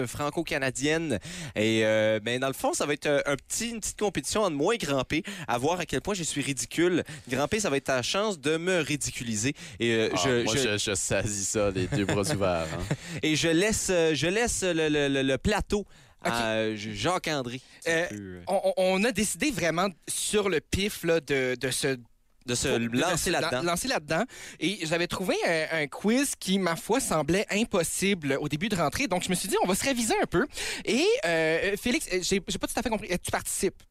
Speaker 1: franco-canadienne. Et euh, ben, dans le fond, ça va être euh, un petit, une petite compétition entre moi et Grand P, à voir à quel point je suis ridicule. Grand P, ça va être ta chance de me ridiculiser. Et, euh,
Speaker 3: Ah,
Speaker 1: je,
Speaker 3: moi,
Speaker 1: je-
Speaker 3: je, je saisis ça, les deux bras ouverts. hein.
Speaker 1: et je laisse, euh, je laisse le, le- le- le plateau à euh, Jacques-André.
Speaker 4: Euh,
Speaker 1: Euh,
Speaker 4: on, on- on a décidé vraiment sur le pif là, de, de se
Speaker 1: de se
Speaker 4: pour- de
Speaker 1: lancer
Speaker 4: lan-
Speaker 1: là-dedans.
Speaker 4: lancer là-dedans. Et j'avais trouvé un, un quiz qui, ma foi, semblait impossible au début de rentrée. Donc, je me suis dit, on va se réviser un peu. Et euh, Félix, euh, j'ai j'ai pas tout à fait compris. Euh, Tu participes.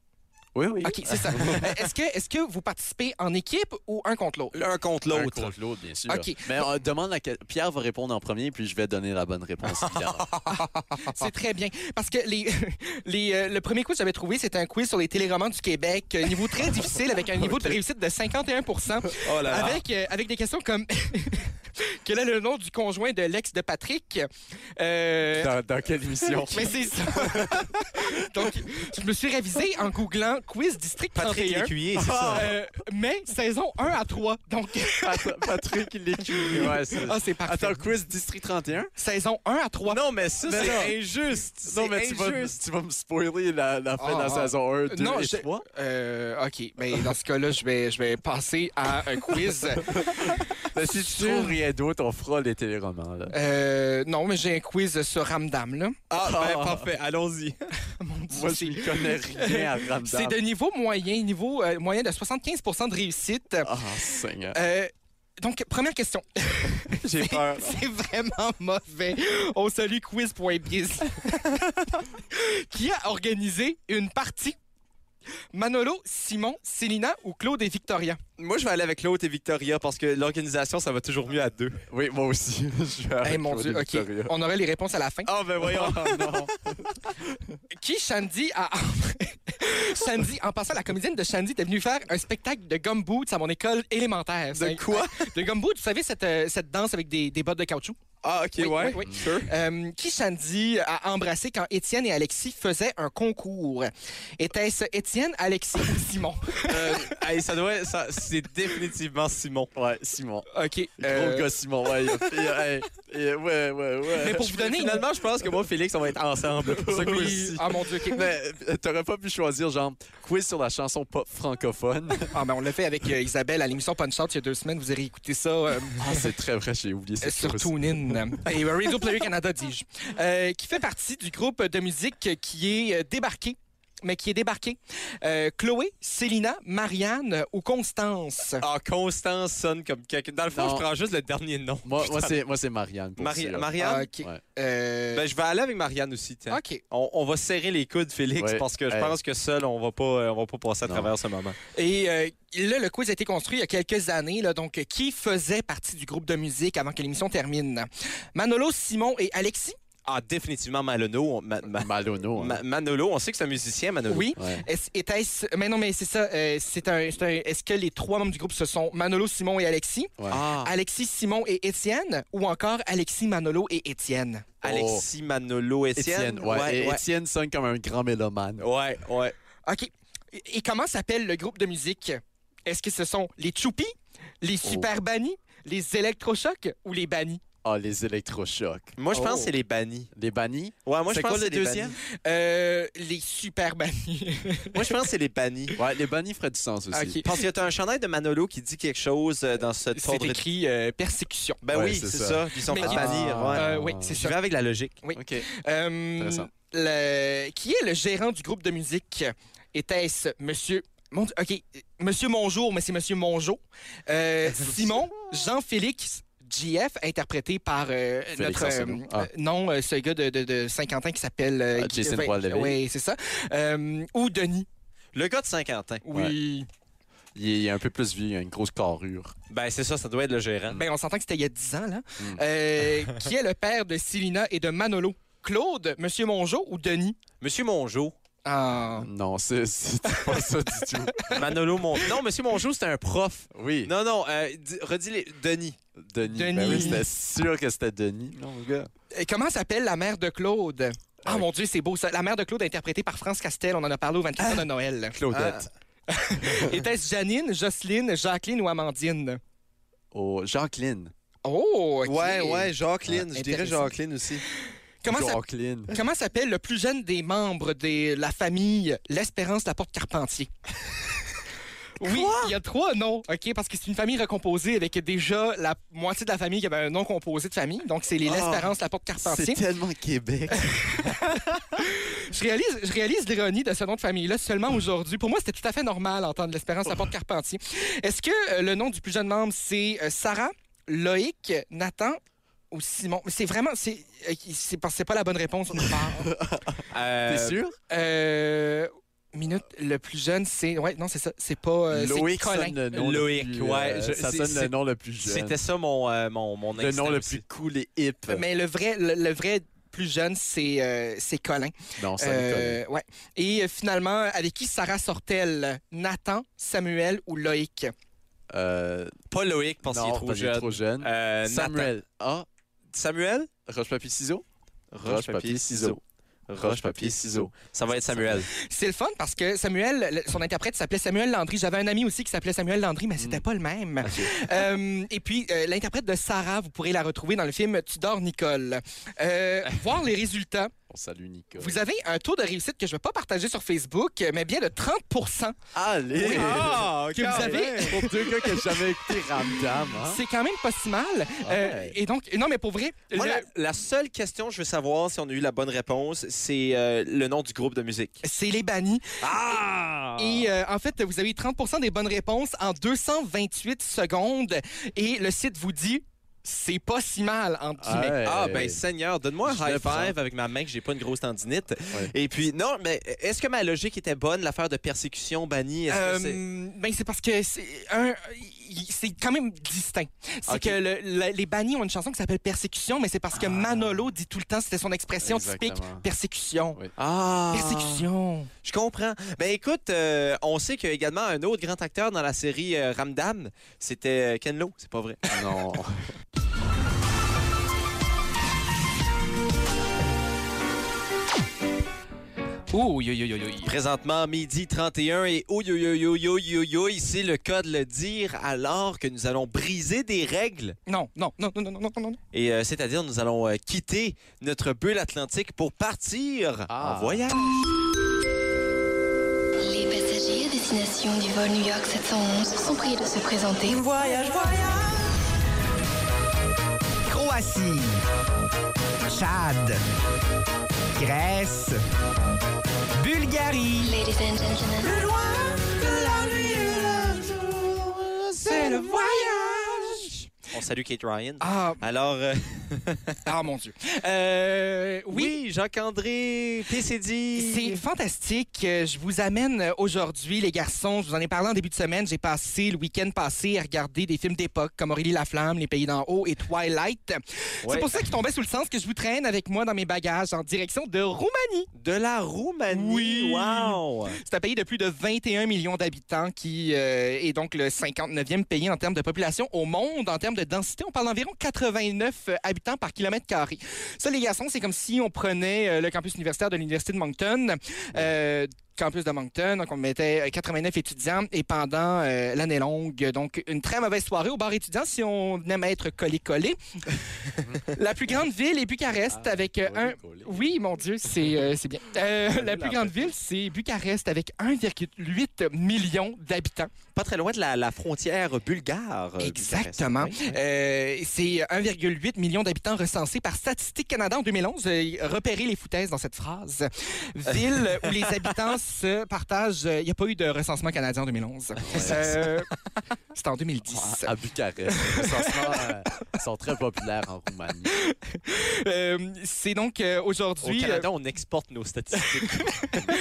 Speaker 3: Oui, oui.
Speaker 4: OK, c'est ça. Euh, Est-ce que, est que vous participez en équipe ou un contre l'autre?
Speaker 1: L'un contre
Speaker 3: Un
Speaker 1: l'autre.
Speaker 3: contre l'autre, bien sûr.
Speaker 4: OK.
Speaker 3: Mais on demande à quel- Pierre va répondre en premier, puis je vais donner la bonne réponse. Pierre.
Speaker 4: C'est très bien. Parce que les, *laughs* les, euh, le premier quiz que j'avais trouvé, c'était un quiz sur les téléromans du Québec. euh, Niveau
Speaker 3: *laughs*
Speaker 4: très difficile, avec un niveau de réussite de 51
Speaker 1: Oh là
Speaker 3: Ah.
Speaker 1: là.
Speaker 4: avec, euh, avec des questions comme *laughs* quel est le nom du conjoint de l'ex de Patrick? Euh,
Speaker 3: dans, dans quelle *laughs* émission?
Speaker 4: mais c'est ça. *laughs* Donc, je me suis révisé en googlant quiz district
Speaker 1: Patrick
Speaker 4: 31.
Speaker 1: Lécuyer, c'est ça.
Speaker 4: euh, mais saison 1 à 3. Donc, *laughs*
Speaker 3: Pat- Patrick Lécuyer. Ouais, c'est-
Speaker 4: ah, c'est parfait.
Speaker 3: Attends, quiz District 31?
Speaker 4: Saison 1 à 3.
Speaker 3: Non, mais ça,
Speaker 4: Mais
Speaker 3: c'est injuste. Non, mais tu vas,
Speaker 4: injuste.
Speaker 3: tu vas me spoiler la, la fin
Speaker 4: Ah,
Speaker 3: de la
Speaker 4: ah.
Speaker 3: saison 1, 2
Speaker 4: Non,
Speaker 3: et
Speaker 4: je-
Speaker 3: 3.
Speaker 4: Euh, OK. Ben, dans ce cas-là, je vais, je vais passer à un
Speaker 3: *laughs*
Speaker 4: quiz.
Speaker 3: Mais Ben, si tu trouves rien d'autre, on fera les téléromans.
Speaker 4: *laughs*
Speaker 3: Là.
Speaker 4: Euh, non, mais j'ai un quiz sur Ramdam, là.
Speaker 1: Ah, ben, parfait,
Speaker 3: *laughs*
Speaker 1: allons-y.
Speaker 4: Mon Dieu,
Speaker 3: Moi,
Speaker 4: c'est-
Speaker 3: je ne connais rien à Ramdam.
Speaker 4: C'est de niveau moyen, niveau euh, moyen de 75 de réussite.
Speaker 3: Ah, Seigneur.
Speaker 4: Euh, donc, première question. *laughs*
Speaker 1: J'ai peur.
Speaker 4: C'est vraiment mauvais. On salue quiz.biz. *laughs* Qui a organisé une partie? Manolo, Simon, Célina ou Claude et Victoria?
Speaker 1: Moi, je vais aller avec l'autre et Victoria parce que l'organisation, ça va toujours mieux à deux.
Speaker 3: Oui, moi aussi. *laughs* je vais
Speaker 4: Eh
Speaker 3: avec
Speaker 4: mon
Speaker 3: Ah, Claude
Speaker 4: Dieu,
Speaker 3: et
Speaker 4: OK.
Speaker 3: Victoria.
Speaker 4: On aurait les réponses à la fin.
Speaker 1: Ah, ben voyons.
Speaker 4: Qui, Shandy, a... *laughs* Shandy, en passant, la comédienne de Shandy était venue faire un spectacle de gumboots à mon école élémentaire.
Speaker 1: De quoi?
Speaker 4: De gumboots, vous savez, cette, euh, cette danse avec des, des bottes de caoutchouc.
Speaker 1: Ah, ok,
Speaker 4: Oui,
Speaker 1: ouais.
Speaker 4: oui, oui.
Speaker 1: Sure.
Speaker 4: Euh, qui Shandy a embrassé quand Étienne et Alexis faisaient un concours? Était-ce Étienne, Alexis ou Simon?
Speaker 1: Euh, hey, ça doit. Ça, c'est définitivement Simon.
Speaker 3: Ouais, Simon.
Speaker 4: OK.
Speaker 3: Gros gars, Simon. Ouais, il a- il a- hey, il a- ouais, ouais, ouais.
Speaker 4: Mais pour vous donner...
Speaker 1: Finalement, je pense que moi, Félix, on va être
Speaker 3: *laughs*
Speaker 1: ensemble. pour ce
Speaker 4: Oui.
Speaker 1: quiz-ci.
Speaker 4: Ah mon Dieu, OK.
Speaker 3: Mais euh, t'aurais pas pu choisir, genre, quiz sur la chanson pop francophone. *laughs*
Speaker 4: Ah, ben, on l'a fait avec euh, Isabelle à l'émission Punch Out il y a deux semaines. Vous irez écouter ça euh,
Speaker 3: Ah, c'est très vrai, j'ai oublié cette
Speaker 4: sur
Speaker 3: chose. *laughs*
Speaker 4: TuneIn. Et euh, Radio Player Canada, dis-je. Euh, qui fait partie du groupe de musique qui est euh, débarqué, mais qui est débarqué. Euh, Chloé, Célina, Marianne ou Constance?
Speaker 1: Ah, Constance sonne comme quelqu'un. Dans le fond,
Speaker 3: Non.
Speaker 1: je prends juste le dernier nom.
Speaker 3: Moi, moi, c'est, moi, c'est Marianne. Pour
Speaker 1: Mari-
Speaker 3: sûr.
Speaker 1: Marianne?
Speaker 4: OK.
Speaker 3: Ouais. ben.
Speaker 4: Euh,
Speaker 1: Ben, je vais aller avec Marianne aussi, tiens.
Speaker 4: OK.
Speaker 1: On, on va serrer les coudes, Félix,
Speaker 3: Ouais.
Speaker 1: parce que je
Speaker 3: Hey.
Speaker 1: pense que seul, on va pas, euh, on va pas passer à
Speaker 3: Non.
Speaker 1: travers ce moment.
Speaker 4: Et euh, là, le quiz a été construit il y a quelques années. Là, donc, euh, qui faisait partie du groupe de musique avant que l'émission termine? Manolo, Simon et Alexis?
Speaker 1: Ah, définitivement Malono. on- Ma- Ma-
Speaker 3: Malono. hein.
Speaker 1: Ma- Manolo, on sait que c'est un musicien, Manolo.
Speaker 4: Oui.
Speaker 3: Ouais.
Speaker 4: Est-ce- Était-ce... Mais non, mais c'est ça. euh, c'est un, c'est un- Est-ce que les trois membres du groupe, ce sont Manolo, Simon et Alexis?
Speaker 1: Ah,
Speaker 4: Alexis, Simon et Étienne? Ou encore Alexis, Manolo et Étienne?
Speaker 1: Alexis, Manolo, Étienne.
Speaker 3: Oh. Étienne, ouais. Et
Speaker 1: ouais.
Speaker 3: Étienne sonne comme un grand mélomane.
Speaker 1: Ouais, ouais.
Speaker 4: OK. Et- Et comment s'appelle le groupe de musique? Est-ce que ce sont les Choupies, les
Speaker 1: Oh.
Speaker 4: Super Bannis, les Électrochocs ou les Bannis?
Speaker 3: Ah, les électrochocs.
Speaker 1: Moi, je pense
Speaker 4: Oh.
Speaker 1: que c'est les bannis.
Speaker 3: Les bannis?
Speaker 1: Ouais, moi, je
Speaker 3: C'est
Speaker 1: pense
Speaker 3: quoi,
Speaker 1: que c'est
Speaker 3: les
Speaker 1: les deuxième.
Speaker 4: Euh, les Super Bannis.
Speaker 1: *laughs* Moi, je pense que c'est les bannis.
Speaker 3: Ouais, les bannis feraient du sens aussi.
Speaker 4: Ok.
Speaker 1: Parce que t'as un chandail de Manolo qui dit quelque chose euh, dans cette
Speaker 4: *laughs* C'est
Speaker 1: ordre.
Speaker 4: écrit euh, persécution.
Speaker 1: Ben
Speaker 3: Ouais,
Speaker 1: oui,
Speaker 3: c'est
Speaker 1: c'est
Speaker 3: ça.
Speaker 1: ça. Puis Ils sont
Speaker 4: Mais
Speaker 1: fait
Speaker 4: qui-
Speaker 1: bannir.
Speaker 3: Ah.
Speaker 1: ouais.
Speaker 4: Euh, oui, c'est
Speaker 1: Je
Speaker 4: ça.
Speaker 1: vais avec la logique.
Speaker 4: Oui.
Speaker 3: OK.
Speaker 4: Euh,
Speaker 3: Intéressant.
Speaker 4: le- Qui est le gérant du groupe de musique? Était-ce Monsieur... Mon Dieu, OK, Monsieur Monjour, mais c'est Monsieur Mongeau.
Speaker 3: *laughs*
Speaker 4: Euh, Simon, Jean-Félix, JF, interprété par euh,
Speaker 3: Félix
Speaker 4: notre...
Speaker 3: Arsenault. Ah.
Speaker 4: non, euh, ce gars de, de, de 50 ans qui s'appelle... euh,
Speaker 3: Ah, Jason
Speaker 4: Guy-
Speaker 3: Poil-Lévy.
Speaker 4: Oui, c'est ça. Euh, ou Denis.
Speaker 1: Le gars de Saint-Quentin.
Speaker 4: Oui.
Speaker 3: Il est, il est un peu plus vieux, il a une grosse carrure.
Speaker 1: Ben c'est ça, ça doit être le gérant.
Speaker 4: Ben, on s'entend que c'était il y a 10 ans, là.
Speaker 3: Hmm. *laughs*
Speaker 4: Euh, qui est le père de Célina et de Manolo? Claude, Monsieur Mongeau ou Denis?
Speaker 1: Monsieur Mongeau.
Speaker 4: Ah.
Speaker 3: Non, c'est, c'est pas ça *laughs* du tout.
Speaker 1: Manolo Mongeau. Non, Monsieur Mongeau, c'était un prof.
Speaker 3: Oui,
Speaker 1: Non, non, euh, dis- redis les... Denis.
Speaker 3: Denis.
Speaker 4: Denis.
Speaker 3: Ben oui, c'était sûr que c'était Denis, mon gars.
Speaker 4: Et comment s'appelle la mère de Claude? Ah mon Dieu, c'est beau ça. La mère de Claude, interprétée par France Castel, on en a parlé au 24 heures de *laughs* Noël.
Speaker 3: Claudette.
Speaker 4: Était-ce Janine, Jocelyne, Jacqueline ou Amandine?
Speaker 1: Ah.
Speaker 3: Oh, Jacqueline.
Speaker 4: Oh, ok.
Speaker 1: Ouais, ouais, Jacqueline.
Speaker 4: Ah,
Speaker 1: je dirais
Speaker 4: intéressant.
Speaker 1: Jacqueline aussi.
Speaker 4: Comment ça,
Speaker 3: Jacqueline.
Speaker 4: comment s'appelle le plus jeune des membres de la famille L'Espérance la Porte Carpentier? *laughs* Oui, il y a trois noms, OK, parce que c'est une famille recomposée avec déjà la moitié de la famille qui avait un nom composé de famille. Donc, c'est les
Speaker 3: Ah.
Speaker 4: L'Espérance la Porte
Speaker 3: C'est
Speaker 4: Carpentier.
Speaker 3: tellement
Speaker 1: *laughs*
Speaker 3: Québec.
Speaker 4: Je réalise, je réalise l'ironie de ce nom de famille-là seulement aujourd'hui. Pour moi, c'était tout à fait normal d'entendre l'espérance à Porte-Carpentier. Est-ce que euh, le nom du plus jeune membre, c'est euh, Sarah, Loïc, Nathan ou Simon? Mais C'est vraiment... C'est euh, c'est pas, c'est pas la bonne réponse. on *laughs* part.
Speaker 1: Euh,
Speaker 3: T'es sûr?
Speaker 4: Euh, minute, le plus jeune, c'est... Ouais, non, c'est ça. C'est pas... euh, c'est
Speaker 3: Loïc
Speaker 4: Colin.
Speaker 3: sonne le nom
Speaker 1: Loïc,
Speaker 3: le plus, euh,
Speaker 1: ouais, je-
Speaker 3: ça
Speaker 1: c'est-
Speaker 3: sonne le
Speaker 1: c'est-
Speaker 3: nom le plus jeune.
Speaker 1: C'était ça mon, euh, mon, mon
Speaker 3: le
Speaker 1: instinct
Speaker 3: nom le
Speaker 1: aussi.
Speaker 3: plus cool et hip.
Speaker 4: Mais le vrai, le, le vrai plus jeune, c'est euh, c'est Colin.
Speaker 3: Non, ça
Speaker 4: Euh,
Speaker 3: Nicolas.
Speaker 4: ouais. Et euh, finalement, avec qui Sarah sort-elle? Nathan, Samuel ou Loïc?
Speaker 3: Euh,
Speaker 1: Pas Loïc, parce qu'il est
Speaker 3: non,
Speaker 1: trop
Speaker 3: parce qu'il
Speaker 1: jeune.
Speaker 3: trop jeune.
Speaker 1: Euh, Nathan.
Speaker 3: Samuel. Ah,
Speaker 1: Samuel?
Speaker 3: roche-papier-ciseaux? Roche-papier-ciseaux. Roche-papier-ciseaux.
Speaker 1: Ça va être
Speaker 3: *laughs*
Speaker 1: Samuel.
Speaker 4: C'est le fun parce que Samuel, le- son interprète s'appelait Samuel Landry. J'avais un ami aussi qui s'appelait Samuel Landry, mais
Speaker 1: Mm.
Speaker 4: c'était pas le même.
Speaker 1: Ah,
Speaker 4: *laughs* Euh, et puis, euh, l'interprète de Sarah, vous pourrez la retrouver dans le film Tu dors, Nicole.
Speaker 1: *laughs*
Speaker 4: Euh, voir les résultats.
Speaker 3: On salue Nicolas.
Speaker 4: Vous avez un taux de réussite que je ne vais pas partager sur Facebook, mais bien de 30
Speaker 3: Allez!
Speaker 4: Oui.
Speaker 1: Ah,
Speaker 4: Que vous avez-
Speaker 3: Pour deux gars qui n'ont jamais écouté Ramdam,
Speaker 1: Ah.
Speaker 3: hein?
Speaker 4: C'est quand même pas si mal. Euh,
Speaker 3: Ouais.
Speaker 4: et donc, non, mais pour vrai,
Speaker 1: Moi,
Speaker 4: le-
Speaker 1: la, la seule question que je veux savoir si on a eu la bonne réponse, c'est euh, le nom du groupe de musique.
Speaker 4: c'est les bannis.
Speaker 1: Ah!
Speaker 4: Et euh, en fait, vous avez 30 des bonnes réponses en 228 secondes. Et le site vous dit, c'est pas si mal, entre guillemets.
Speaker 3: Ouais.
Speaker 1: Ah, ben Seigneur, donne-moi un
Speaker 3: Euh, Je
Speaker 1: high
Speaker 3: le prends.
Speaker 1: five avec ma main que j'ai pas une grosse tendinite.
Speaker 3: Ouais.
Speaker 1: Et puis, non, mais euh, est-ce que ma logique était bonne, l'affaire de persécution bannie? Est-ce que c'est-
Speaker 4: Euh, ben c'est parce que c'est un- il- c'est quand même distinct. C'est
Speaker 1: Ok.
Speaker 4: que le- le- les bannis ont une chanson qui s'appelle Persécution, mais c'est parce que Manolo dit tout le temps, c'était son expression typique,
Speaker 3: Exactement.
Speaker 4: persécution.
Speaker 3: Oui.
Speaker 1: Ah!
Speaker 4: Persécution.
Speaker 1: Je comprends. Ben écoute, euh, on sait qu'il y a également un autre grand acteur dans la série euh, Ramdam. C'était euh, Ken Lo, c'est pas
Speaker 3: *laughs*
Speaker 1: vrai.
Speaker 3: Ah,
Speaker 4: *laughs*
Speaker 3: Non.
Speaker 4: Oh, yo, yo, yo, yo.
Speaker 1: Présentement, midi 31 et oh yo yo yo yo yo yo, c'est le cas de le dire alors que nous allons briser des règles.
Speaker 4: Non, non, non, non, non, non, non, non.
Speaker 1: Et euh, c'est-à-dire nous allons euh, quitter notre bulle atlantique pour partir
Speaker 3: Ah.
Speaker 1: en voyage.
Speaker 7: Les passagers à destination du vol New York 711 sont priés de se présenter.
Speaker 2: Croatie. Chad. Grèce. Bulgarie.
Speaker 7: Ladies and gentlemen,
Speaker 4: C'est le voyage.
Speaker 1: On salue Kate Ryan.
Speaker 4: Ah,
Speaker 1: Alors euh,
Speaker 4: ah mon Dieu. Euh, oui.
Speaker 1: oui, Jacques-André PCD.
Speaker 4: C'est fantastique. Euh, Je vous amène euh, aujourd'hui, les garçons. Je vous en ai parlé en début de semaine. J'ai passé le week-end passé à regarder des films d'époque comme Aurélie Laflamme, Les Pays d'en haut et Twilight.
Speaker 1: Ouais.
Speaker 4: C'est pour ça qu'il tombait sous le sens que je vous traîne avec moi dans mes bagages en direction de Roumanie.
Speaker 1: de la Roumanie.
Speaker 4: Oui.
Speaker 1: Wow.
Speaker 4: C'est un pays de plus de 21 millions d'habitants qui euh, est donc le 59e pays en termes de population au monde. En termes de densité, on parle d'environ 89 habitants par kilomètre carré. Ça, les garçons, c'est comme si on prenait euh, le campus universitaire de l'Université de Moncton. euh, campus de Moncton, donc on mettait euh, 89 étudiants et pendant euh, l'année longue, donc une très mauvaise soirée au bar étudiant si on aime être collé-collé. la plus grande ville est Bucarest avec euh, un, oui, mon Dieu, c'est euh, c'est bien.
Speaker 1: *laughs*
Speaker 4: Euh, la plus grande ville, c'est Bucarest, avec 1,8 million d'habitants.
Speaker 1: Pas très loin de la, la frontière bulgare. euh,
Speaker 4: Exactement.
Speaker 1: Bucarest. Oui, oui.
Speaker 4: Euh, c'est 1,8 million d'habitants recensés par Statistique Canada en 2011. Euh, repérez les foutaises dans
Speaker 1: *laughs*
Speaker 4: cette phrase. Ville où les habitants se partagent. euh, Il n'y a pas eu de recensement canadien en 2011. Euh, C'était en 2010.
Speaker 1: Ah,
Speaker 3: À Bucarest. Les recensements, euh, sont très populaires en Roumanie. hein.
Speaker 4: Euh, c'est donc euh,
Speaker 1: Au
Speaker 4: aujourd'hui.
Speaker 1: Canada, on exporte nos statistiques.
Speaker 4: euh,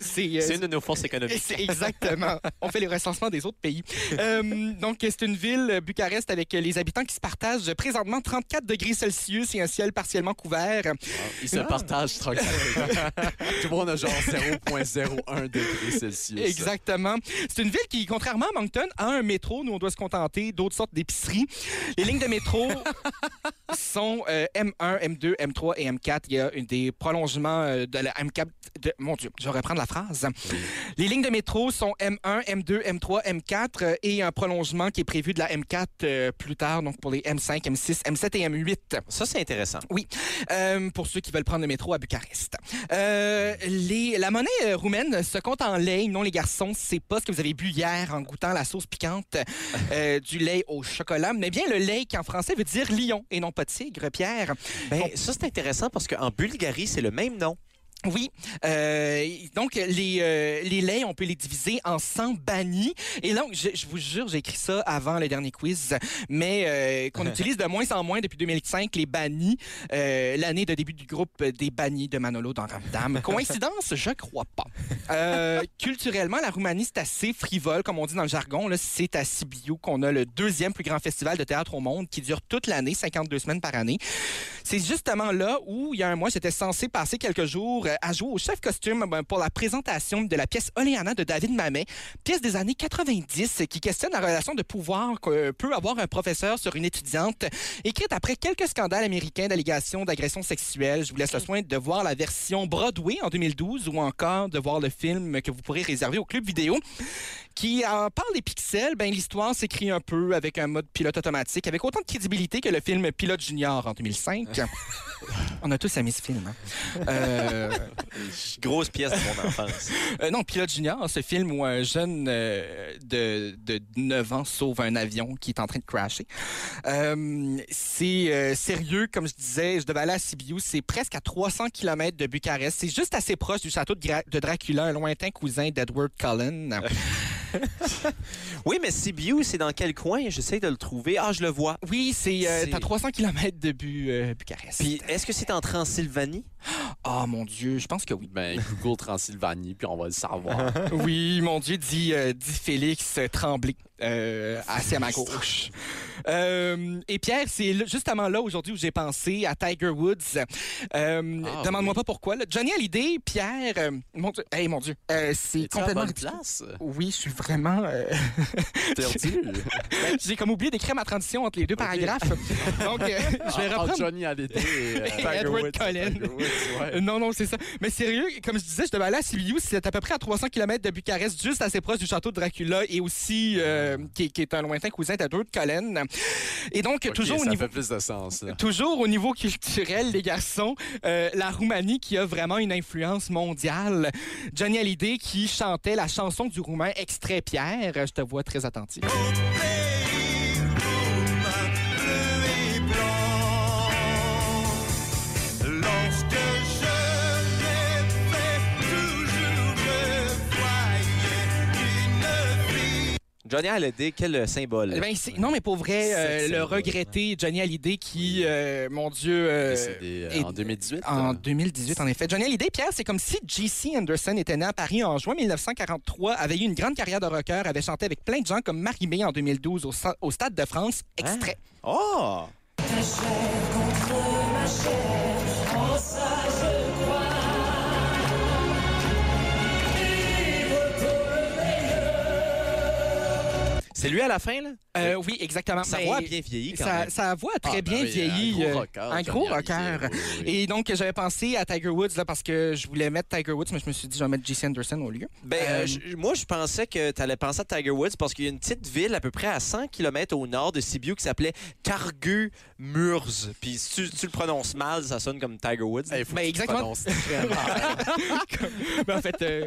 Speaker 4: c'est,
Speaker 1: *laughs*
Speaker 4: euh,
Speaker 1: C'est une de nos forces économiques.
Speaker 4: C'est Exactement. On fait les recensements des autres pays. Euh, donc, c'est une ville, euh, Bucarest, avec euh, les habitants qui se partagent présentement 34 degrés Celsius et un ciel partiellement couvert.
Speaker 3: Ils
Speaker 4: Ah.
Speaker 3: se partagent 34
Speaker 4: *laughs*
Speaker 3: degrés. Tout le monde a genre 0,01 degré Celsius.
Speaker 4: Exactement. C'est une ville qui, contrairement à Moncton, a un métro. Nous, on doit se contenter d'autres sortes d'épiceries. Les lignes de métro sont euh, M1, M2, M3 et M4. Il y a une- des prolongements euh, de la M4. de- Mon Dieu, je vais reprendre la phrase. Les lignes de métro sont M1, M2, M3, M4 euh, et un prolongement qui est prévu de la M4 euh, plus tard, donc pour les M5, M6, M7 et M8.
Speaker 1: Ça, c'est intéressant.
Speaker 4: Euh, pour ceux qui veulent prendre le métro à Bucarest. Euh, les- la monnaie euh, roumaine se compte en lait, non les garçons, c'est pas ce que vous avez bu hier en goûtant la sauce piquante euh, du lait au chocolat, mais bien le lait qui en français veut dire lion et non pas tigre, Pierre.
Speaker 1: Ben, ça, c'est intéressant parce qu'en Bulgarie, c'est le même nom.
Speaker 4: Oui, euh, donc les, euh, les laits, on peut les diviser en 100 bannis. Et donc, je, je vous jure, j'ai écrit ça avant le dernier quiz, mais euh, qu'on utilise de moins en moins depuis 2005 les bannis, euh, l'année de début du groupe des bannis de Manolo dans Ramdam. Coïncidence? Je crois pas. Euh, culturellement, la Roumanie, c'est assez frivole, comme on dit dans le jargon. là. C'est à Sibiu qu'on a le deuxième plus grand festival de théâtre au monde qui dure toute l'année, 52 semaines par année. C'est justement là où, il y a un mois, j'étais censé passer quelques jours euh, à jouer au chef costume ben, pour la présentation de la pièce Oléana de David Mamet, pièce des années 90 euh, qui questionne la relation de pouvoir que peut avoir un professeur sur une étudiante, écrite après quelques scandales américains d'allégations d'agressions sexuelles. Je vous laisse le soin de voir la version Broadway en 2012 ou encore de voir le film que vous pourrez réserver au club vidéo qui en parle des pixels, ben l'histoire s'écrit un peu avec un mode pilote automatique, avec autant de crédibilité que le film Pilote Junior en 2005. On a tous aimé ce film. hein. Euh,
Speaker 1: Grosse pièce de *laughs* mon enfance.
Speaker 4: euh, non, Pilote Junior, ce film où un jeune euh, de, de 9 ans sauve un avion qui est en train de crasher. Euh, c'est euh, sérieux, comme je disais, je devais aller à Sibiu, c'est presque à 300 km de Bucarest. C'est juste assez proche du château de, Gra- de Dracula, un lointain cousin d'Edward Cullen.
Speaker 1: Oui, mais Sibiu, c'est dans quel coin? J'essaie de le trouver. Ah, je le vois.
Speaker 4: Oui, c'est euh,
Speaker 1: C'est-
Speaker 4: t'as 300 km de Bu- euh, Bucarest.
Speaker 1: Puis, est-ce que c'est en Transylvanie?
Speaker 4: Oh mon Dieu, je pense que oui.
Speaker 3: Ben, Google Transylvanie, puis on va le
Speaker 4: Ah,
Speaker 3: savoir.
Speaker 4: *laughs* oui, mon Dieu, dit, euh, dit Félix Tremblay, euh, assis à ma gauche. Euh, et Pierre, c'est là- justement là aujourd'hui où j'ai pensé à Tiger Woods. Euh,
Speaker 3: Ah,
Speaker 4: Demande-moi
Speaker 3: oui.
Speaker 4: pas pourquoi. là. Johnny Hallyday, Pierre, euh, mon Dieu, hey, mon Dieu, euh, c'est
Speaker 3: Es-tu à la
Speaker 4: complètement
Speaker 3: bonne
Speaker 4: ridicule.
Speaker 3: place?
Speaker 4: Oui, je suis vraiment. euh, *laughs*
Speaker 3: Perdu.
Speaker 4: j'ai comme oublié d'écrire ma transition entre les deux
Speaker 3: *laughs*
Speaker 4: paragraphes. Donc, euh, je vais
Speaker 3: Ah, ah,
Speaker 4: reprendre.
Speaker 3: Johnny Hallyday et, euh,
Speaker 4: Et
Speaker 3: Tiger
Speaker 4: Edward
Speaker 3: Woods.
Speaker 4: Cullen.
Speaker 3: Tiger Woods, ouais.
Speaker 4: Euh, Non, non, c'est ça. Mais sérieux, comme je disais, je devais aller à Sibiu, c'est à peu près à 300 km de Bucarest, juste assez proche du château de Dracula et aussi euh, qui, qui est un lointain cousin d'Edward Cullen. Et donc,
Speaker 3: Ok,
Speaker 4: toujours au
Speaker 3: ça
Speaker 4: niveau...
Speaker 3: fait plus de sens. là.
Speaker 4: Toujours au niveau culturel, les garçons, euh, la Roumanie qui a vraiment une influence mondiale. Johnny Hallyday qui chantait la chanson du roumain Extrait Pierre. Je te vois très attentif.
Speaker 1: Johnny Hallyday, quel euh, symbole.
Speaker 4: Eh ben, c'est- non, mais pour vrai, euh,
Speaker 1: Sexy,
Speaker 4: le
Speaker 1: ouais.
Speaker 4: regretter, Johnny Hallyday qui, euh, mon Dieu... euh,
Speaker 3: Décédé, euh,
Speaker 4: et-
Speaker 3: en 2018.
Speaker 4: En
Speaker 3: euh,
Speaker 4: 2018, en effet. Johnny Hallyday, Pierre, c'est comme si J.C. Anderson était né à Paris en juin 1943, avait eu une grande carrière de rocker, avait chanté avec plein de gens comme Marie-Mé en 2012 au, Sa- au Stade de France.
Speaker 3: Hein?
Speaker 4: Extrait.
Speaker 1: Oh! C'est lui à la fin, là?
Speaker 4: Euh, oui, exactement.
Speaker 1: Sa
Speaker 4: Mais
Speaker 1: voix a bien vieilli quand
Speaker 4: sa,
Speaker 1: même.
Speaker 4: sa voix a
Speaker 3: ah,
Speaker 4: très
Speaker 3: ben
Speaker 4: bien
Speaker 3: oui,
Speaker 4: vieilli.
Speaker 3: Un gros
Speaker 4: euh,
Speaker 3: rocker.
Speaker 4: un gros
Speaker 3: Johnny Hallyday,
Speaker 4: rocker.
Speaker 3: oui, oui.
Speaker 4: Et donc, j'avais pensé à Tiger Woods là, parce que je voulais mettre Tiger Woods, mais je me suis dit, je vais mettre J.C. Anderson au lieu.
Speaker 1: Ben, euh, je- moi, je pensais que tu allais penser à Tiger Woods parce qu'il y a une petite ville à peu près à 100 km au nord de Sibiu qui s'appelait Targu Murz. Puis si tu, tu le prononces mal, ça sonne comme Tiger Woods.
Speaker 3: Hey, faut
Speaker 4: Ben,
Speaker 3: que tu
Speaker 4: exactement.
Speaker 3: prononces vraiment.
Speaker 4: *laughs* Mais en fait, euh,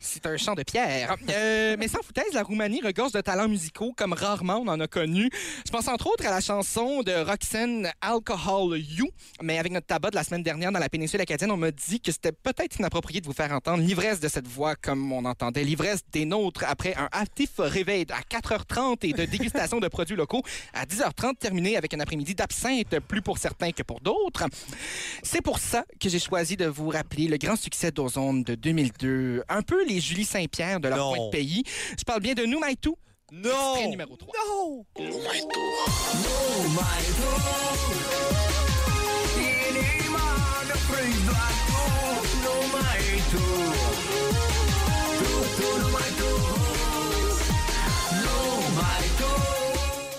Speaker 4: c'est un champ de pierre. Euh, mais sans foutaise, la Roumanie regorge de talents musicaux comme rarement on en a connu. Je pense entre autres à la chanson de Roxanne Alcohol You. Mais avec notre tabac de la semaine dernière dans la péninsule acadienne, on m'a dit que c'était peut-être inapproprié de vous faire entendre l'ivresse de cette voix comme on entendait l'ivresse des nôtres après un actif réveil à 4h30 et de dégustation de produits locaux à 10h30 terminé avec un après-midi d'absinthe plus pour certains que pour d'autres. C'est pour ça que j'ai choisi de vous rappeler le grand succès d'Ozone de 2002. Un peu les Julie Saint-Pierre de leur
Speaker 1: Non.
Speaker 4: coin de pays. Je parle bien de Nous My Two,
Speaker 1: non!
Speaker 4: extrait numéro 3.
Speaker 1: Non!
Speaker 8: Nobody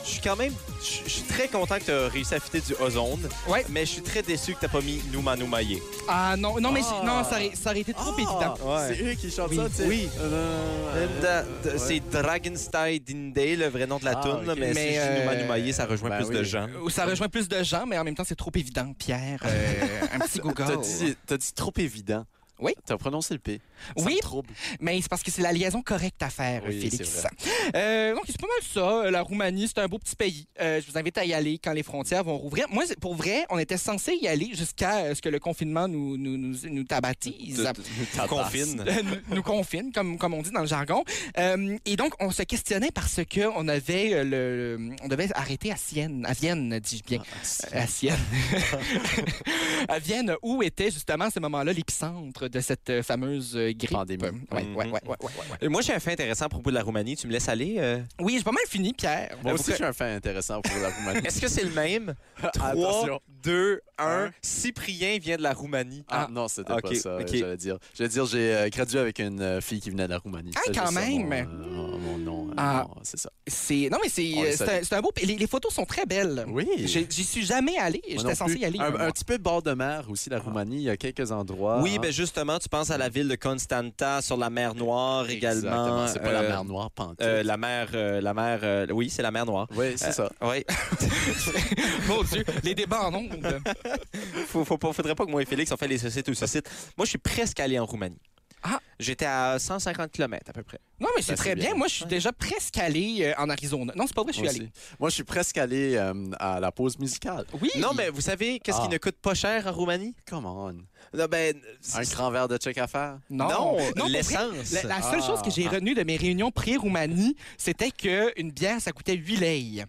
Speaker 1: suis quand même. Je je suis très content que tu as réussi à fitter du ozone.
Speaker 4: Ouais.
Speaker 1: Mais je suis très déçu que t'as pas mis Nouma Noumaye.
Speaker 4: Ah non, non, mais c'est-
Speaker 3: Ah.
Speaker 4: non, ça aurait, ça aurait été trop évident.
Speaker 1: Ouais.
Speaker 3: C'est eux qui chantent
Speaker 4: Oui.
Speaker 3: ça, tu sais.
Speaker 1: Oui.
Speaker 3: Ah, Euh,
Speaker 1: Da- da-
Speaker 3: ouais.
Speaker 1: C'est Dragonstein Dinday, le vrai nom de la
Speaker 3: Ah,
Speaker 1: toune,
Speaker 3: ok.
Speaker 1: mais,
Speaker 4: Mais,
Speaker 1: si je dis Nouma
Speaker 4: euh,
Speaker 1: Noumaye, ça rejoint
Speaker 3: ben
Speaker 1: plus de
Speaker 3: oui.
Speaker 1: gens.
Speaker 4: Euh, Ça rejoint plus de gens, mais en même temps, c'est trop évident, Pierre. Euh, un
Speaker 3: *laughs*
Speaker 4: petit
Speaker 3: T'as
Speaker 4: Google.
Speaker 3: dit, t'as dit trop évident.
Speaker 4: Oui.
Speaker 3: T'as prononcé le P. Ça
Speaker 4: Oui.
Speaker 3: me trouble.
Speaker 4: Mais c'est parce que c'est la liaison correcte à faire,
Speaker 3: Oui,
Speaker 4: Félix.
Speaker 3: c'est
Speaker 4: Euh, donc, c'est pas mal ça. Euh, La Roumanie, c'est un beau petit pays. Euh, je vous invite à y aller quand les frontières vont rouvrir. Moi, c'est- pour vrai, on était censé y aller jusqu'à euh, ce que le confinement nous, nous, nous, nous tabatise.
Speaker 1: Nous confine.
Speaker 4: Euh, nous- nous confine, comme, comme on dit dans le jargon. Euh, et donc, on se questionnait parce qu'on avait euh, le, on devait arrêter à Sienne, à Vienne, dis-je
Speaker 3: Ah,
Speaker 4: bien. À Sienne. *laughs* à Vienne, où était justement à ce moment-là l'épicentre de cette euh, fameuse euh, grippe.
Speaker 3: Pandémie. Mhm.
Speaker 4: Ouais, ouais, ouais, ouais, ouais, ouais.
Speaker 1: Et Euh, Moi, j'ai un fait intéressant à propos de la Roumanie. Tu me laisses aller? euh?
Speaker 4: Oui, j'ai pas mal fini, Pierre.
Speaker 3: Moi
Speaker 1: Vous
Speaker 3: aussi,
Speaker 1: que-
Speaker 3: j'ai un fait intéressant pour
Speaker 4: *laughs*
Speaker 3: la Roumanie.
Speaker 1: Est-ce que c'est le *laughs* même?
Speaker 3: Attention.
Speaker 1: 3, 2, 1.
Speaker 3: Un.
Speaker 1: Cyprien vient de la Roumanie.
Speaker 3: Ah,
Speaker 4: Ah.
Speaker 3: non, c'était
Speaker 1: Ok,
Speaker 3: pas ça. euh,
Speaker 1: ok.
Speaker 3: J'allais dire, j'allais dire, j'ai euh, gradué avec une euh, fille qui venait de la Roumanie.
Speaker 4: Ah,
Speaker 3: C'était
Speaker 4: quand
Speaker 3: juste ça,
Speaker 4: même.
Speaker 3: Mon, euh, mon nom, euh,
Speaker 4: Ah.
Speaker 3: mon- c'est ça.
Speaker 4: C'est... Non, mais c'est, euh,
Speaker 3: On les
Speaker 4: c'est,
Speaker 3: salue.
Speaker 4: un, c'est un beau... pays. Les, les photos sont très belles.
Speaker 3: Oui.
Speaker 4: J'ai- J'y suis jamais allé.
Speaker 3: Moi
Speaker 4: J'étais
Speaker 3: non
Speaker 4: censé
Speaker 3: plus.
Speaker 4: y aller. il y a
Speaker 3: Un,
Speaker 4: un
Speaker 3: un
Speaker 4: mois.
Speaker 3: petit peu bord de mer aussi, la Roumanie. Il y a quelques endroits.
Speaker 1: Oui,
Speaker 3: hein.
Speaker 1: ben justement, tu penses à la ville de Constanta sur la mer Noire également.
Speaker 3: Exactement. C'est pas la
Speaker 1: Euh,
Speaker 3: mer Noire, pantoute.
Speaker 1: euh, la mer, euh, la mer, euh, oui, c'est la mer Noire.
Speaker 3: oui, c'est ça.
Speaker 1: Oui, *laughs*
Speaker 4: Mon Dieu, les débats en ondes.
Speaker 1: faut, faut pas- faudrait pas que moi et Félix on fait les sociétés ou sociétés. Moi, je suis presque allé en Roumanie.
Speaker 4: Ah.
Speaker 1: J'étais à 150 km à peu près.
Speaker 4: *laughs* Non, mais c'est
Speaker 3: Ben,
Speaker 4: très
Speaker 3: c'est
Speaker 4: bien.
Speaker 3: bien.
Speaker 4: Moi, je suis déjà presque allé euh, en Arizona. Non, c'est pas vrai, je suis
Speaker 3: Moi
Speaker 4: allé.
Speaker 3: aussi. Moi, je suis presque allé euh, à la pause musicale.
Speaker 4: Oui.
Speaker 1: Non, mais vous savez qu'est-ce
Speaker 3: Ah.
Speaker 1: qui ne coûte pas cher en Roumanie?
Speaker 3: Come on.
Speaker 1: Non, ben,
Speaker 3: Un
Speaker 1: c'est-
Speaker 3: grand verre de check à faire.
Speaker 4: Non,
Speaker 1: non,
Speaker 4: pour vrai,
Speaker 1: l'essence.
Speaker 4: La, la seule
Speaker 3: Ah.
Speaker 4: chose que j'ai retenue de mes réunions pré-Roumanie, c'était qu'une bière, ça coûtait 8 lei.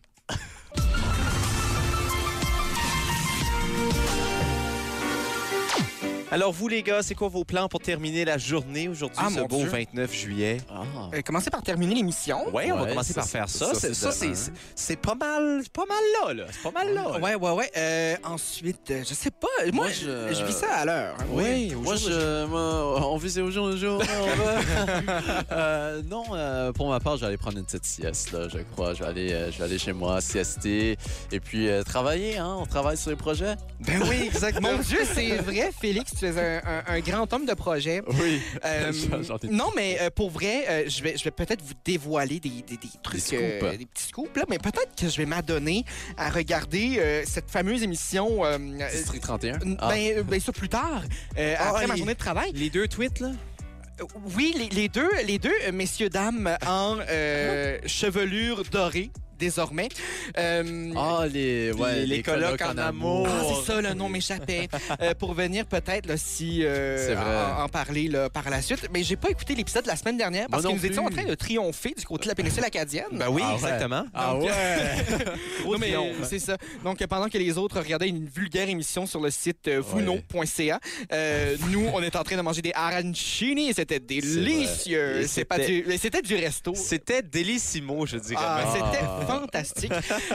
Speaker 1: Alors vous les gars, c'est quoi vos plans pour terminer la journée aujourd'hui,
Speaker 4: Ah,
Speaker 1: ce
Speaker 4: mon
Speaker 1: beau
Speaker 4: Dieu.
Speaker 1: 29 juillet?
Speaker 3: Ah.
Speaker 4: Euh, commencez par terminer l'émission.
Speaker 1: Oui, on va
Speaker 3: Ouais,
Speaker 1: commencer
Speaker 3: ça,
Speaker 1: par
Speaker 3: c'est-
Speaker 1: faire ça.
Speaker 3: ça,
Speaker 1: C'est- hein.
Speaker 3: c'est
Speaker 1: Ça, c'est
Speaker 3: demain.
Speaker 1: c'est- c'est pas mal, pas mal là, là. C'est pas mal là.
Speaker 4: Ouais, ouais, ouais. Euh, ensuite, euh, je sais pas. Moi,
Speaker 3: Moi,
Speaker 4: je...
Speaker 3: je-
Speaker 4: vis ça à l'heure. hein.
Speaker 3: Oui, moi, je, moi, on visait au jour le jour. on va. *laughs* Euh, non, euh, pour ma part, je vais aller prendre une petite sieste, là, je crois. Je vais aller, euh, je vais aller chez moi, siester, et puis euh, travailler. Hein, on travaille sur les projets.
Speaker 1: Ben oui, exactement.
Speaker 4: Mon Dieu, c'est vrai, Félix, tu es un, un- un grand homme de projet.
Speaker 3: Oui.
Speaker 4: Euh,
Speaker 3: J'en ai-
Speaker 4: non, mais euh, pour vrai, euh, je vais, je vais peut-être vous dévoiler des, des- des trucs,
Speaker 3: scoops.
Speaker 4: euh, des petits scoops, là, mais peut-être que je vais m'adonner à regarder euh, cette fameuse émission. euh, euh,
Speaker 3: *laughs* District 31.
Speaker 4: n-
Speaker 3: Ah.
Speaker 4: ben, euh, ben, ça plus tard, euh,
Speaker 1: Ah,
Speaker 4: après ma
Speaker 1: les-
Speaker 4: journée de travail.
Speaker 1: Les deux tweets, là?
Speaker 4: Euh, Oui, les, les deux, les deux euh, messieurs, dames en euh,
Speaker 3: Ah.
Speaker 4: chevelure dorée, désormais. Euh,
Speaker 3: Ah, les, ouais,
Speaker 1: les- les colloques en amour.
Speaker 4: ah, c'est
Speaker 3: Oh.
Speaker 4: ça, le nom m'échappait. Euh, pour venir peut-être là, si euh,
Speaker 3: C'est vrai.
Speaker 4: en, en parler là, par la suite. Mais j'ai pas écouté l'épisode de la semaine dernière parce que
Speaker 3: Moi non
Speaker 4: nous étions en
Speaker 3: plus.
Speaker 4: train de triompher du côté de la péninsule acadienne.
Speaker 1: Ben oui,
Speaker 3: Ah ouais.
Speaker 1: exactement.
Speaker 3: Ah
Speaker 4: Donc,
Speaker 3: ouais.
Speaker 4: Non, mais, euh, c'est ça. Donc, euh, pendant que les autres regardaient une vulgaire émission sur le site euh, vuno.ca, euh, nous, on est en train de manger des arancini et c'était délicieux.
Speaker 1: vrai. Et
Speaker 4: C'est pas
Speaker 1: c'était-
Speaker 4: du- mais C'était du resto.
Speaker 1: C'était délissimo, je dirais. Ben,
Speaker 4: Ah,
Speaker 1: même.
Speaker 4: c'était
Speaker 3: Ah.
Speaker 4: fantastique.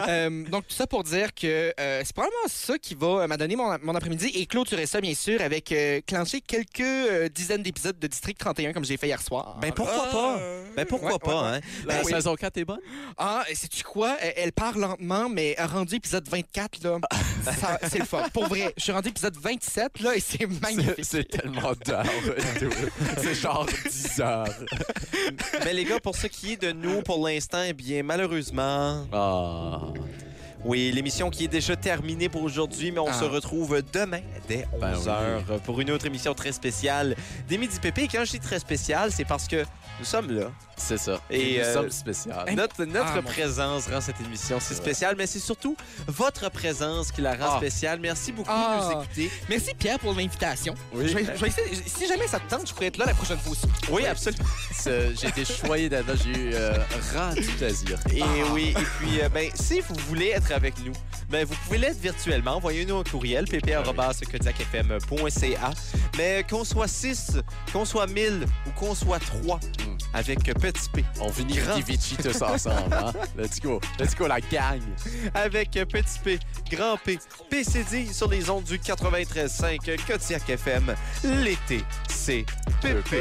Speaker 4: Euh, donc, tout ça pour dire que euh, c'est probablement ça qui va euh, m'adonner mon, mon après-midi et clôturer ça, bien sûr, avec euh, clencher quelques euh, dizaines d'épisodes de District 31 comme j'ai fait hier soir.
Speaker 1: Ben pourquoi pas? Ben pourquoi
Speaker 4: Ouais,
Speaker 1: pas, hein?
Speaker 3: La
Speaker 1: Ben,
Speaker 3: saison 4 est bonne?
Speaker 4: Ah, et sais-tu quoi? Euh, Elle part lentement, mais rendu épisode 24, là, ça- c'est le fun. Pour vrai, je suis rendu épisode 27, là, et c'est
Speaker 3: C'est
Speaker 4: magnifique.
Speaker 3: c'est tellement *laughs* tard. et tout. c'est genre 10 heures.
Speaker 1: Mais les gars, pour ce qui est de nous, pour l'instant, eh bien, malheureusement,
Speaker 3: Ah.
Speaker 1: oui, l'émission qui est déjà terminée pour aujourd'hui, mais on
Speaker 4: Ah.
Speaker 1: se retrouve demain dès
Speaker 3: Ben
Speaker 1: 11h pour une autre émission très spéciale des Midi Pépé. Et quand je dis très spéciale, c'est parce que nous sommes là.
Speaker 3: C'est ça.
Speaker 1: Et,
Speaker 3: Et nous
Speaker 1: euh,
Speaker 3: sommes spéciales.
Speaker 1: Notre, notre
Speaker 4: Ah, mon-
Speaker 1: présence rend cette émission si spéciale, mais c'est surtout votre présence qui la rend
Speaker 3: Ah.
Speaker 1: spéciale. Merci beaucoup de
Speaker 4: Ah.
Speaker 1: nous écouter.
Speaker 4: Merci, Pierre, pour l'invitation.
Speaker 3: Oui.
Speaker 4: Je vais- je vais essayer- si jamais ça te tente, je pourrais être là la prochaine fois aussi.
Speaker 1: Oui, absolument.
Speaker 3: C'est- J'ai été choyé d'être là. J'ai eu euh, rare du plaisir.
Speaker 4: Ah.
Speaker 1: Et oui, et puis, euh, ben, si vous voulez être avec nous, ben, vous pouvez l'être virtuellement. Envoyez-nous un courriel, pp.kodiakfm.ca. Mais qu'on soit 6, qu'on soit 1000 ou qu'on soit 3,
Speaker 4: Hmm.
Speaker 1: avec petit P.
Speaker 3: On finit
Speaker 1: Grand.
Speaker 3: Grand. Vici tous ensemble. Hein? Let's go. Let's go, la gang.
Speaker 1: Avec petit P, grand P, PCD sur les ondes du 93.5 Kodiak FM. L'été, c'est PP.